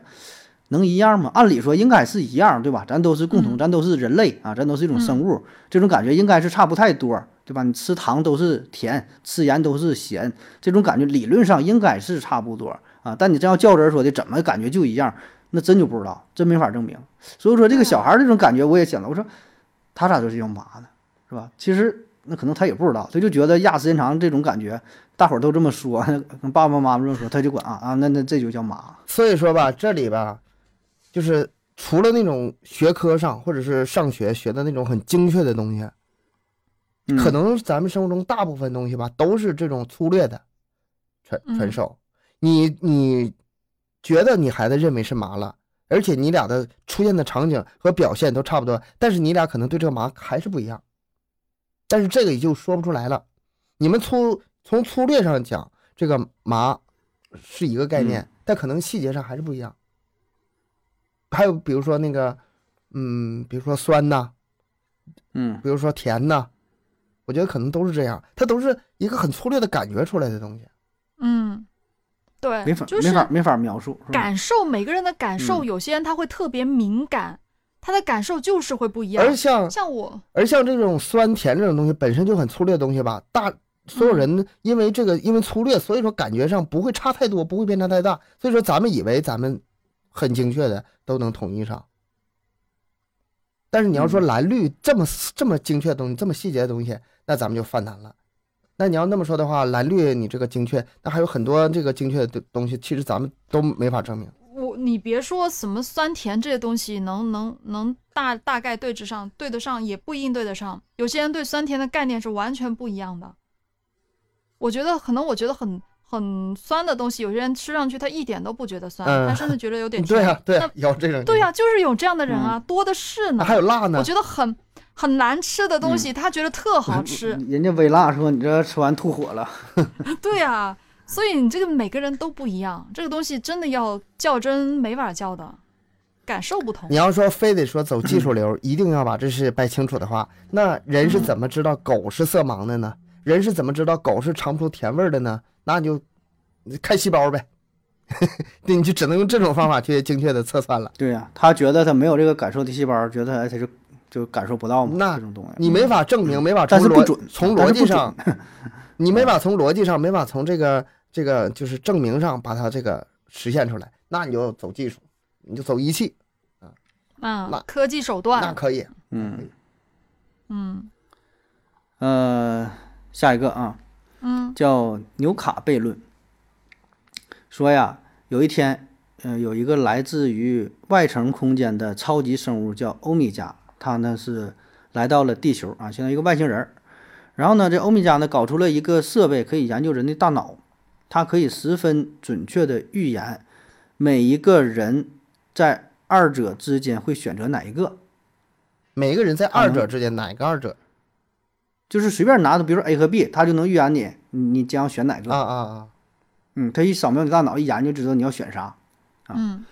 S1: 能一样吗？按理说应该是一样，对吧？咱都是共同，
S3: 嗯
S1: 咱都是人类啊，咱都是一种生物，这种感觉应该是差不太多，对吧？你吃糖都是甜，吃盐都是咸，这种感觉理论上应该是差不多啊。但你真要较真儿说的，怎么感觉就一样？那真就不知道，真没法证明。所以说这个
S3: 对啊
S1: 小孩儿这种感觉，我也想了，我说他咋就是要麻呢？是吧？其实那可能他也不知道，他就觉得压时间长这种感觉，大伙儿都这么说，跟爸爸妈妈这么说，他就管啊啊，那那这就叫麻。
S2: 所以说吧，这里吧，就是除了那种学科上或者是上学学的那种很精确的东西，
S1: 嗯、
S2: 可能咱们生活中大部分东西吧，都是这种粗略的传传
S3: 嗯
S2: 授。你你觉得你孩子认为是麻了，而且你俩的出现的场景和表现都差不多，但是你俩可能对这个麻还是不一样。但是这个也就说不出来了。你们粗从粗略上讲，这个麻是一个概念，但可能细节上还是不一样。还有比如说那个，嗯，比如说酸呐、
S1: 嗯
S2: 比如说甜呐，我觉得可能都是这样，它都是一个很粗略的感觉出来的东西。
S3: 嗯，对，
S1: 没法、
S3: 就
S1: 没
S3: 是
S1: 法没法描述，是吧？
S3: 感受，每个人的感受，
S1: 嗯
S3: 有些人他会特别敏感，他的感受就是会不一样。
S2: 而像
S3: 像我，
S2: 而像这种酸甜这种东西本身就很粗略的东西吧，大所
S3: 嗯
S2: 有人因为这个因为粗略，所以说感觉上不会差太多，不会偏差太大。所以说咱们以为咱们很精确的都能统一上，但是你要说
S1: 嗯
S2: 蓝绿这么这么精确的东西，这么细节的东西，那咱们就犯难了。那你要那么说的话，蓝绿你这个精确，那还有很多这个精确的东西，其实咱们都没法证明。
S3: 我你别说什么酸甜这些东西能能能大大概对得上，对得上也不一定对得上。有些人对酸甜的概念是完全不一样的。我觉得可能我觉得很很酸的东西，有些人吃上去他一点都不觉得酸，
S2: 嗯
S3: 他甚至觉得有 点甜。
S2: 对啊，对啊
S3: 那，
S2: 有这种，
S3: 对呀、就是有这样的人啊，
S1: 嗯
S3: 多的是
S2: 那
S3: 呢。
S2: 还有辣呢
S3: 我，觉得很很难吃的东
S1: 嗯
S3: 西，他觉得特好吃。
S1: 人家微辣说你这吃完吐火了，嗯
S3: 对啊，所以你这个每个人都不一样，这个东西真的要较真没法较的，感受不同
S2: 你。要说非得说走技术流，一定要把这事掰清楚的话，那人是怎么知道狗是色盲的呢？人是怎么知道狗是尝不出甜味儿的呢？那你就看细胞呗， 对，你就只能用这种方法去精确的测算了。
S1: 对呀、他觉得他没有这个感受的细胞，觉得哎他就就感受不到嘛，
S2: 那
S1: 这种东西。
S2: 你没法证明，没法从
S1: 但是不
S2: 逻
S1: 准
S2: 从
S1: 但
S2: 逻
S1: 是
S2: 辑
S1: 不
S2: 上， 你没法从逻辑上，没法从这个这个就是证明上把它这个实现出来，那你就走技术，你就走仪器，
S3: 嗯
S2: 那，
S3: 科技手
S2: 那
S3: 段，
S2: 可以。
S1: 嗯
S3: 嗯
S1: 呃，下一个啊，
S3: 嗯
S1: 叫纽卡悖论，说呀，有一天，嗯、有一个来自于外层空间的超级生物叫欧米伽，它呢是来到了地球啊，相当于一个外星人儿。然后呢，这欧米伽呢搞出了一个设备，可以研究人的大脑，它可以十分准确的预言每一个人在二者之间会选择哪一个。
S2: 每个人在二者
S1: 嗯
S2: 之间，哪个二者
S1: 就是随便拿的，比如说 A 和 B，它就能预言你你你将选哪个。
S2: 啊啊啊！
S1: 嗯，它一扫描你大脑，一研就知道你要选啥。啊
S3: 嗯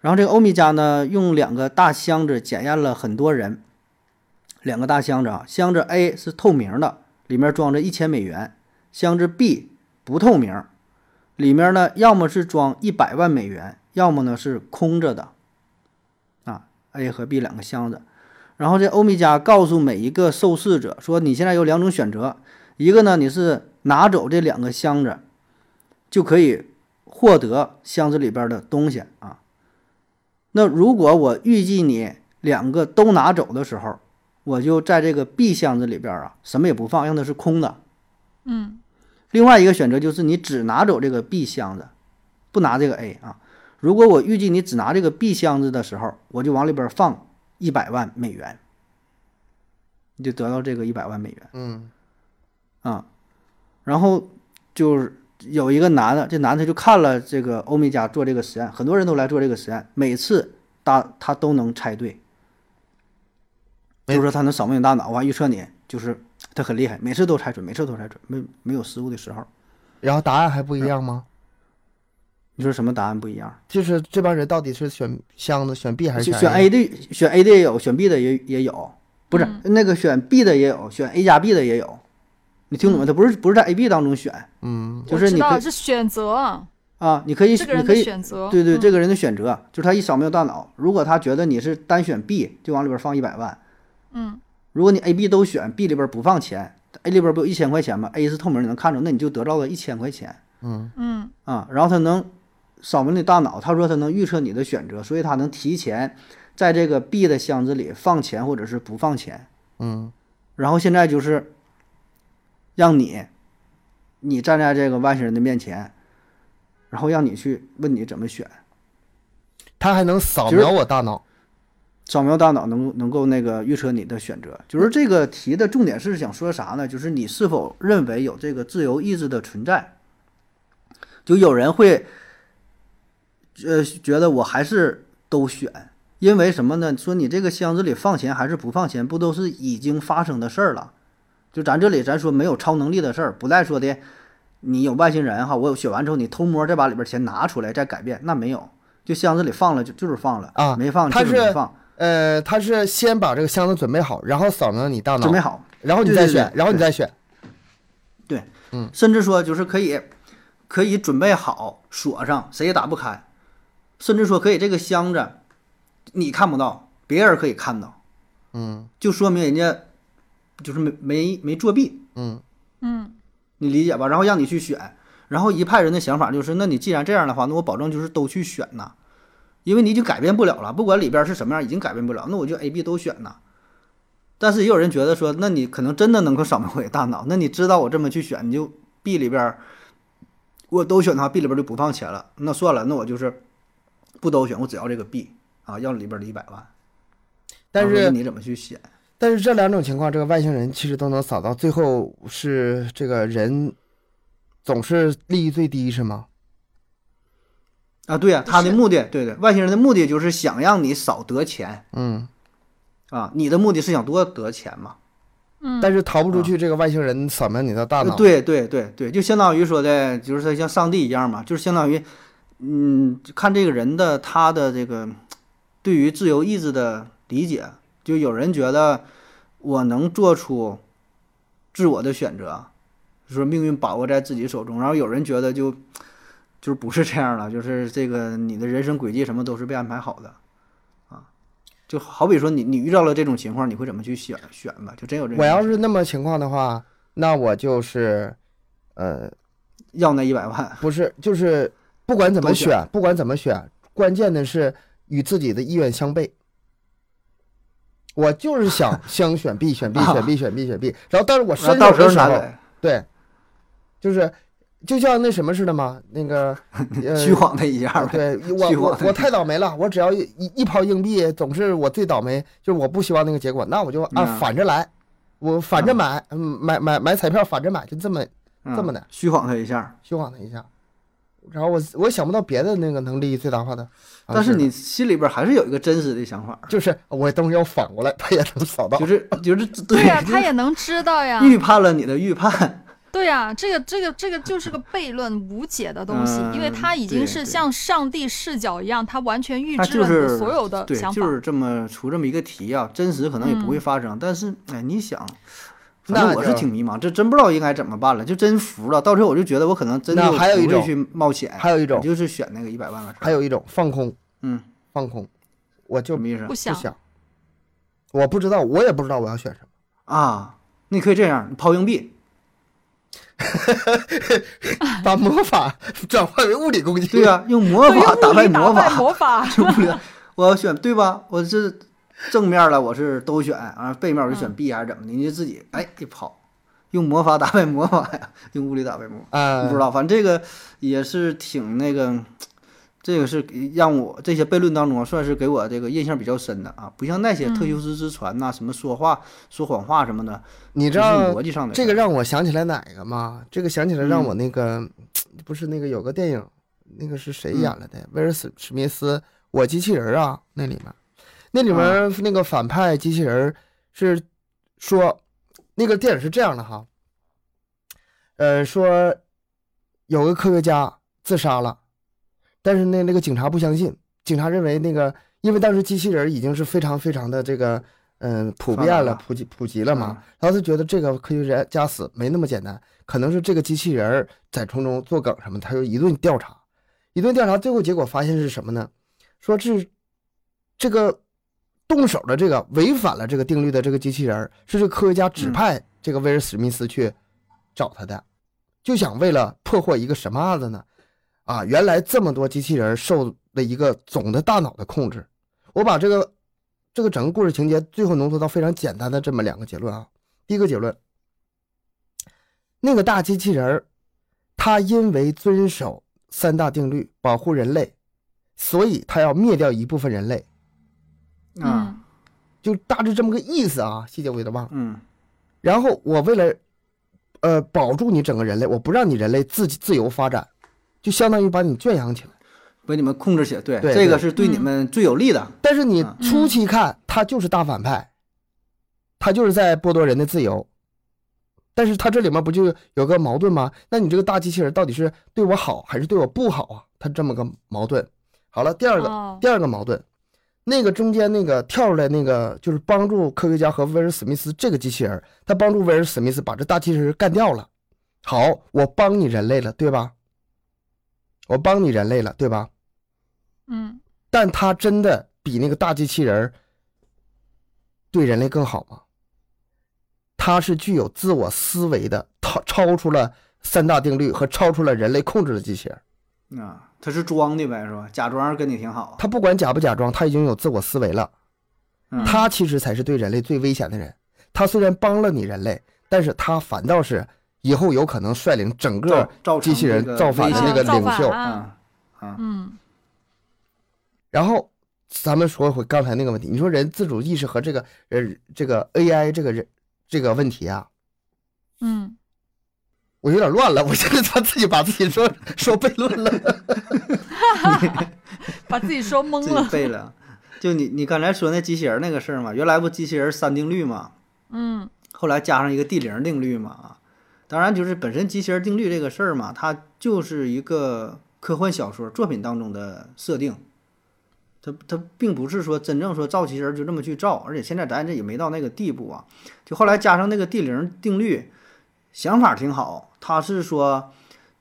S1: 然后这个欧米伽呢，用两个大箱子检验了很多人，两个大箱子啊，箱子 A 是透明的，里面装着一千美元；箱子 B 不透明，里面呢要么是装一百万美元，要么呢是空着的。啊，A 和 B 两个箱子。然后这欧米伽告诉每一个受试者说，你现在有两种选择，一个呢你是拿走这两个箱子，就可以获得箱子里边的东西啊。那如果我预计你两个都拿走的时候，我就在这个 B 箱子里边啊，什么也不放，让它是空的。
S3: 嗯
S1: 另外一个选择就是你只拿走这个 B 箱子，不拿这个 A 啊。如果我预计你只拿这个 B 箱子的时候，我就往里边放一百万美元，你就得到这个一百万美元。
S2: 嗯，
S1: 啊，然后就是有一个男的，这男的他就看了这个欧米伽做这个实验，很多人都来做这个实验，每次他他都能猜对，就是说他能扫描你大脑啊，预测你，就是他很厉害，每次都猜准，每次都猜准，没没有失误的时候。
S2: 然后答案还不一样吗？
S1: 你说什么答案不一样？
S2: 就是这帮人到底是选箱子选 B 还是
S1: 选
S2: 选
S1: 选 A 的选 A 的也有，选 B 的也也有，不是、那个选 B 的也有，选 A 加 B 的也有。你听懂没？他不是不是在 A、B 当中选，
S2: 嗯，
S1: 就
S3: 我
S1: 是
S3: 知
S1: 你可
S3: 道
S1: 以
S3: 是选择啊，
S1: 啊，你可以
S3: 这个人
S1: 你可
S3: 的
S1: 以
S3: 选择。
S1: 对对，
S3: 嗯
S1: 这个人的选择啊就是他一扫描大脑，如果他觉得你是单选 B，就往里边放一百万；
S3: 嗯
S1: 如果你 A、B 都选，B 里边不放钱，A 里边不有一千块钱吗？A 是透明，你能看着，那你就得到了一千块钱
S3: 嗯
S1: 啊。然后他能扫描你大脑，他说他能预测你的选择，所以他能提前在这个 B 的箱子里放钱或者是不放钱。
S2: 嗯，
S1: 然后现在就是让你，你站在这个外星人的面前，然后让你去问你怎么选。
S2: 他还能扫
S1: 就是
S2: 描我大脑，
S1: 扫描大脑能能够那个预测你的选择，就是这个题的重点是想说啥呢？就是你是否认为有这个自由意志的存在？就有人会，呃，觉得我还是都选，因为什么呢？说你这个箱子里放钱还是不放钱，不都是已经发生的事儿了？就咱这里咱说没有超能力的事儿，不带说的，你有外星人哈，我有选完之后你偷摸再把里边钱拿出来再改变，那没有，就箱子里放了就就是放了
S2: 啊
S1: 没放
S2: 他
S1: 就是没
S2: 是
S1: 放。
S2: 呃，他是先把这个箱子准备好，然后扫描你大脑
S1: 准备，好，
S2: 然后你
S1: 对
S2: 再
S1: 对
S2: 选，
S1: 对
S2: 然后你再选，
S1: 甚至说就是可以，可以准备好锁上，谁也打不开，甚至说可以这个箱子你看不到，别人可以看到，
S2: 嗯
S1: 就说明人家就是没没没作弊，
S2: 嗯，
S3: 嗯
S1: 你理解吧？然后让你去选，然后一派人的想法就是，那你既然这样的话，那我保证就是都去选呐，因为你已经改变不了了，不管里边是什么样，已经改变不了，那我就 A、B 都选呐。但是也有人觉得说，那你可能真的能够扫描我的大脑，那你知道我这么去选，你就 B 里边儿我都选的话，B 里边就不放钱了，那算了，那我就是不都选，我只要这个 B 啊，要里边的一百万。
S2: 但
S1: 然后
S2: 是
S1: 问你怎么去选？
S2: 但是这两种情况，这个外星人其实都能扫到，最后是这个人总是利益最低是吗？
S1: 啊，对呀、
S3: 不
S1: 他的
S3: 是
S1: 目的，对对，外星人的目的就是想让你少得钱
S2: 嗯，
S1: 啊，你的目的是想多得钱嘛？
S3: 嗯，
S2: 但是逃不出去这个外星人扫描你的大
S1: 呃
S2: 脑。，
S1: 对对对对，就相当于说的，就是说像上帝一样嘛，就是相当于，嗯，看这个人的他的这个对于自由意志的理解，就有人觉得我能做出自我的选择，说命运把握在自己手中，然后有人觉得就就是不是这样了，就是这个你的人生轨迹什么都是被安排好的。啊，就好比说你你遇到了这种情况，你会怎么去选选吧？就真有这种情
S2: 我要
S1: 况，
S2: 是那么情况的话，那我就是，呃，
S1: 要那一百万，
S2: 不是，就是不管怎么
S1: 都选
S2: 选，不管怎么选，关键的是与自己的意愿相悖。我就是 想相选 B 选 B
S1: 啊
S2: 选 B 选 B 选 B，然后但是我
S1: 然后
S2: 伸
S1: 到
S2: 手
S1: 时候
S2: 的时
S1: 拿
S2: 候，
S1: 来
S2: 对，就是就像那什么似的嘛，那个呃，
S1: 虚晃他一下呗。
S2: 对我
S1: 虚
S2: 我
S1: 晃
S2: 我太倒霉了，我只要一一抛硬币，总是我最倒霉，就是我不希望那个结果，那我就按
S1: 嗯
S2: 反着来，我反着买，嗯买买买彩票反着买，就这么
S1: 嗯
S2: 这么啊的
S1: 虚晃他一下。
S2: 虚晃他一下，然后我我想不到别的那个能利益最大化的方式
S1: 但
S2: 了，
S1: 是你心里边还是有一个真实的想法，
S2: 就是我东西要反过来， 他也能扫到
S1: 就， 是就是
S3: 对呀、
S1: 就
S3: 他
S1: 是
S3: 也能知道呀，
S1: 预判了你的预 判。
S3: 对呀、这个这个这个就是个悖论无解的东西，因为
S1: 嗯
S3: 他已经
S1: 对
S3: 是
S1: 对
S3: 像上帝视角一样，他完全预
S1: 他
S3: 知
S1: 就
S3: 了你的
S1: 是
S3: 所有的
S1: 对
S3: 呃想，法。嗯
S1: 就是这么出这么一个题啊，真实可能也不会发生，但是哎，你想。反
S2: 那
S1: 正我是
S2: 就
S1: 挺迷茫，这真不知道应该怎么办了，就真服了。到时候我就觉得我可能真
S2: 那
S1: 就
S2: 还有一
S1: 不会
S2: 种
S1: 去冒险，
S2: 还有一种
S1: 我就是选那个一百万的事儿。
S2: 还有一种放空，
S1: 嗯，
S2: 放空，我就
S1: 什
S2: 不
S1: 么意思
S3: 不想
S2: 想，我不知道，我也不知道我要选什么。
S1: 啊？你可以这样，你抛硬币，
S2: 把魔法 转化为物理攻击。
S1: 对啊呀、用 魔
S3: 对
S1: 法
S3: 用物
S1: 打败
S3: 理打
S1: 魔
S3: 败
S1: 法，
S3: 魔法，
S1: 对不对？我要选对吧？我是正面了，我是都选啊，背面我就选 B 还是怎么的？你就自己哎一跑，用魔法打败魔法呀，用物理打败魔法，
S2: 啊、
S1: 不知道，反正这个也是挺那个，这个是让我这些悖论当中啊算是给我这个印象比较深的啊，不像那些特修斯之船呐、什么说话说谎话什么的，
S2: 你
S1: 你
S2: 知道
S1: 逻辑上的嗯
S2: 这个让我想起来哪个吗？这个想起来让我那个、不是那个有个电影，那个是谁
S1: 嗯
S2: 演了的？威尔史史密斯《我机器人》啊，那里面，那里
S1: 啊
S2: 面那个反派机器人是说，那个电影是这样的哈，呃，说有个科学家自杀了，但是呢，那个警察不相信，警察认为那个因为当时机器人已经是非常非常的这个嗯、普遍
S1: 发达
S2: 了，
S1: 了
S2: 普及普及了嘛，然后他觉得这个科学家死没那么简单，可能是这个机器人儿在从中作梗什么，他就一顿调查，一顿调查，最后结果发现是什么呢？说是这个动手的这个违反了这个定律的这个机器人儿，是这个科学家指
S1: 嗯
S2: 派这个威尔史密斯去找他的，就想为了破获一个什么案子呢？啊，原来这么多机器人受了一个总的大脑的控制。我把这个这个整个故事情节最后浓缩到非常简单的这么两个结论啊。第一个结论，那个大机器人儿，它因为遵守三大定律保护人类，所以它要灭掉一部分人类，
S1: 啊
S3: 嗯，
S2: 就大致这么个意思啊。细节我有点忘了。
S1: 嗯
S2: 然后我为了，呃，保住你整个人类，我不让你人类自己自由发展，就相当于把你圈养起来。
S1: 被你们控制起来，对
S2: 对
S1: 这个
S2: 对
S1: 是对你
S3: 嗯
S1: 们最有利的，
S2: 但是你
S1: 嗯
S2: 初期看他就是大反派，他就是在剥夺人的自由。但是他这里面不就有个矛盾吗？那你这个大机器人到底是对我好还是对我不好啊？他这么个矛盾。好了，第二个，
S3: 哦
S2: 第二个矛盾，那个中间那个跳出来那个就是帮助科学家和威尔史密斯这个机器人，他帮助威尔史密斯把这大机器人干掉了。好，我帮你人类了，对吧？我帮你人类了，对吧？
S3: 嗯，
S2: 但他真的比那个大机器人儿对人类更好吗？他是具有自我思维的，超超出了三大定律和超出了人类控制的机器人儿。
S1: 啊，他是装的呗，是吧？假装跟你挺好，
S2: 他不管假不假装，他已经有自我思维了。
S1: 嗯
S2: 他其实才是对人类最危险的人。他虽然帮了你人类，但是他反倒是以后有可能率领整个
S1: 造造成
S2: 机器人
S1: 这个
S2: 造反的
S1: 危
S2: 那
S1: 险
S2: 个
S3: 造
S2: 领
S3: 反
S2: 袖。
S3: 啊，
S1: 啊啊，
S3: 嗯
S2: 然后咱们说回刚才那个问题，你说人自主意识和这个呃这个 AI 这个人这个问题啊，
S3: 嗯
S2: 我有点乱了，我现在他自己把自己说说悖论了。
S3: 把自己说懵
S1: 自
S3: 了
S1: 己。背了。就你你刚才说那机器人那个事儿嘛，原来不机器人三定律嘛，
S3: 嗯
S1: 后来加上一个地零定律嘛啊，当然就是本身机器人定律这个事儿嘛，它就是一个科幻小说作品当中的设定，它它并不是说真正说造机器人就这么去造，而且现在咱这也没到那个地步啊。就后来加上那个地零定律，想法挺好，它是说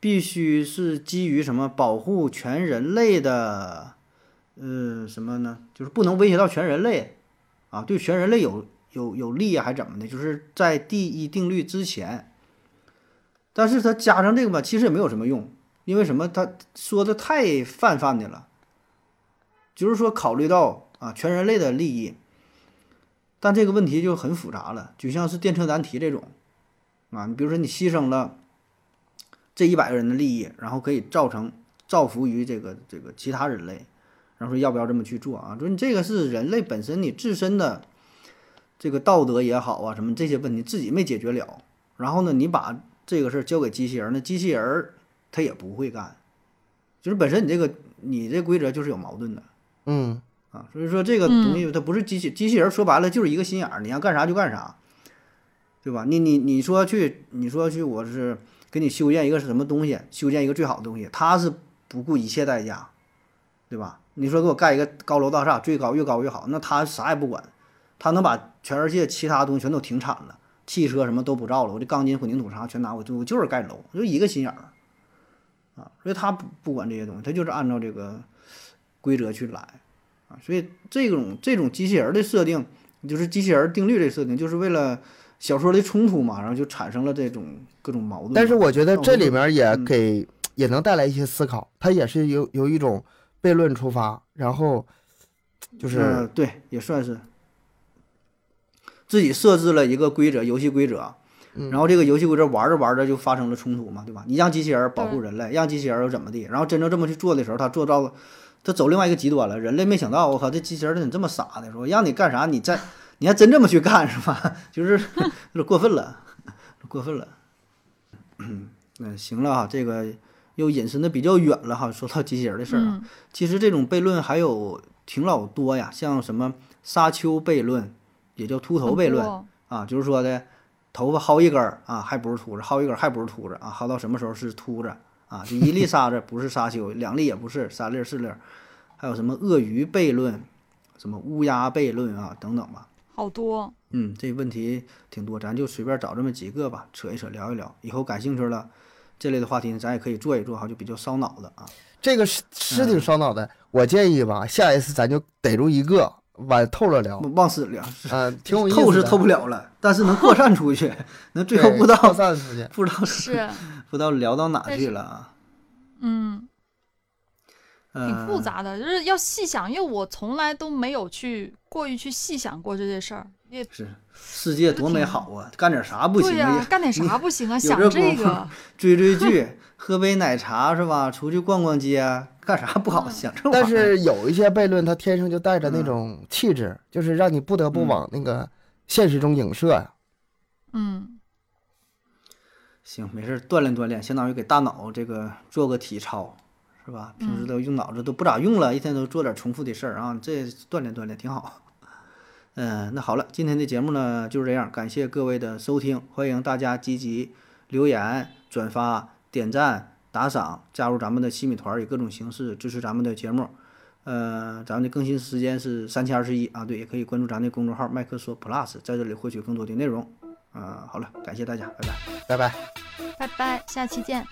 S1: 必须是基于什么保护全人类的，呃什么呢？就是不能威胁到全人类啊，对全人类有有有利啊，还怎么的？就是在第一定律之前，但是它加上这个吧，其实也没有什么用，因为什么？它说的太泛泛的了，就是说考虑到啊全人类的利益，但这个问题就很复杂了，就像是电车难题这种啊，你比如说你牺牲了这一百个人的利益，然后可以造成造福于这个这个其他人类。然后说要不要这么去做啊？说你这个是人类本身你自身的这个道德也好啊，什么这些问题自己没解决了，然后呢，你把这个事儿交给机器人儿，那机器人儿他也不会干，就是本身你这个你这规则就是有矛盾的
S2: 嗯，
S1: 啊，所以说这个东西它不是机器，机器人儿说白了就是一个心眼儿，你让干啥就干啥，对吧？你你你说去，你说去，我是给你修建一个什么东西，修建一个最好的东西，他是不顾一切代价，对吧？你说给我盖一个高楼大厦，最高越高越好，那他啥也不管，他能把全世界其他东西全都停产了，汽车什么都不造了，我这钢筋混凝土啥全拿我就我就是盖楼，就一个心眼儿啊，所以他不不管这些东西，他就是按照这个规则去来啊，所以这种这种机器人儿的设定，就是机器人儿定律这设定，就是为了小说的冲突嘛，然后就产生了这种各种矛盾嘛。
S2: 但是我觉得
S1: 那我
S2: 这
S1: 就
S2: 里面也
S1: 嗯
S2: 给、也能带来一些思考，它也是由由一种悖论出发，然后就是、
S1: 嗯，对，也算是自己设置了一个规则，游戏规则，
S2: 嗯
S1: 然后这个游戏规则玩着玩着就发生了冲突嘛，对吧？你让机器人儿保护人类，让机器人儿又怎么地？然后真正这么去做的时候，他做到了，他走另外一个极端了。人类没想到，我靠，这机器人儿怎么这么傻呢？说让你干啥，你再你还真这么去干是吧？ 就是有点过分了， 过分了。嗯，行了哈，这个又引申的比较远了哈，说到机器人儿的事儿啊。
S3: 嗯
S1: 其实这种悖论还有挺老多呀，像什么沙丘悖论，也叫秃头悖
S3: 很
S1: 论
S3: 多
S1: 啊，就是说的头发薅一根儿啊，还不是秃子；薅一根儿还不是秃子啊，薅到什么时候是秃子啊？就一粒沙子不是沙丘，两粒也不是，三粒儿四粒儿，还有什么鳄鱼悖论，什么乌鸦悖论啊等等吧。
S3: 好多。
S1: 嗯，这问题挺多，咱就随便找这么几个吧，扯一扯，聊一聊。以后感兴趣了，这类的话题呢，咱也可以做一做哈，就比较烧脑子啊。
S2: 这个是是挺烧脑的。我建议吧，下一次咱就逮住一个往透了聊，
S1: 往死了，
S2: 啊，挺有意思的。
S1: 嗯透是透不了了，但是能扩散出去， 那最后不知
S2: 对扩
S1: 道
S2: 散出去。
S1: 不知道
S3: 是，
S1: 不知道聊到哪
S3: 但
S1: 去
S3: 是
S1: 了啊。
S3: 嗯，挺
S1: 嗯，
S3: 复杂的，就是要细想，因为我从来都没有去过于去细想过这些事儿。也
S1: 是世界多美好啊，干点啥不
S3: 对
S1: 行
S3: 呀、
S1: 啊？
S3: 干点啥不行啊？想
S1: 这
S3: 这
S1: 功夫
S3: 个，
S1: 追追剧，喝杯奶茶是吧？出去逛逛街，啊干啥不好？
S3: 嗯
S1: 想 这玩意儿
S2: 但是有一些悖论，它天生就带着那种气质，就是让你不得不
S1: 嗯
S2: 往那个现实中影射呀。
S3: 嗯，
S1: 行，没事儿锻炼锻炼，相当于给大脑这个做个体操，是吧？平时都用脑子都不咋用了，一天都做点重复的事儿啊，这锻炼锻炼挺好。嗯，那好了，今天的节目呢就是这样，感谢各位的收听，欢迎大家积极留言、转发、点赞、打赏，加入咱们的西米团儿，以各种形式支持咱们的节目。呃，咱们的更新时间是三七二十一啊，对，也可以关注咱的公众号麦克说 Plus，在这里呃获取更多的内容。啊、好了，感谢大家，拜拜。
S2: 拜拜。
S3: 拜拜，下期见。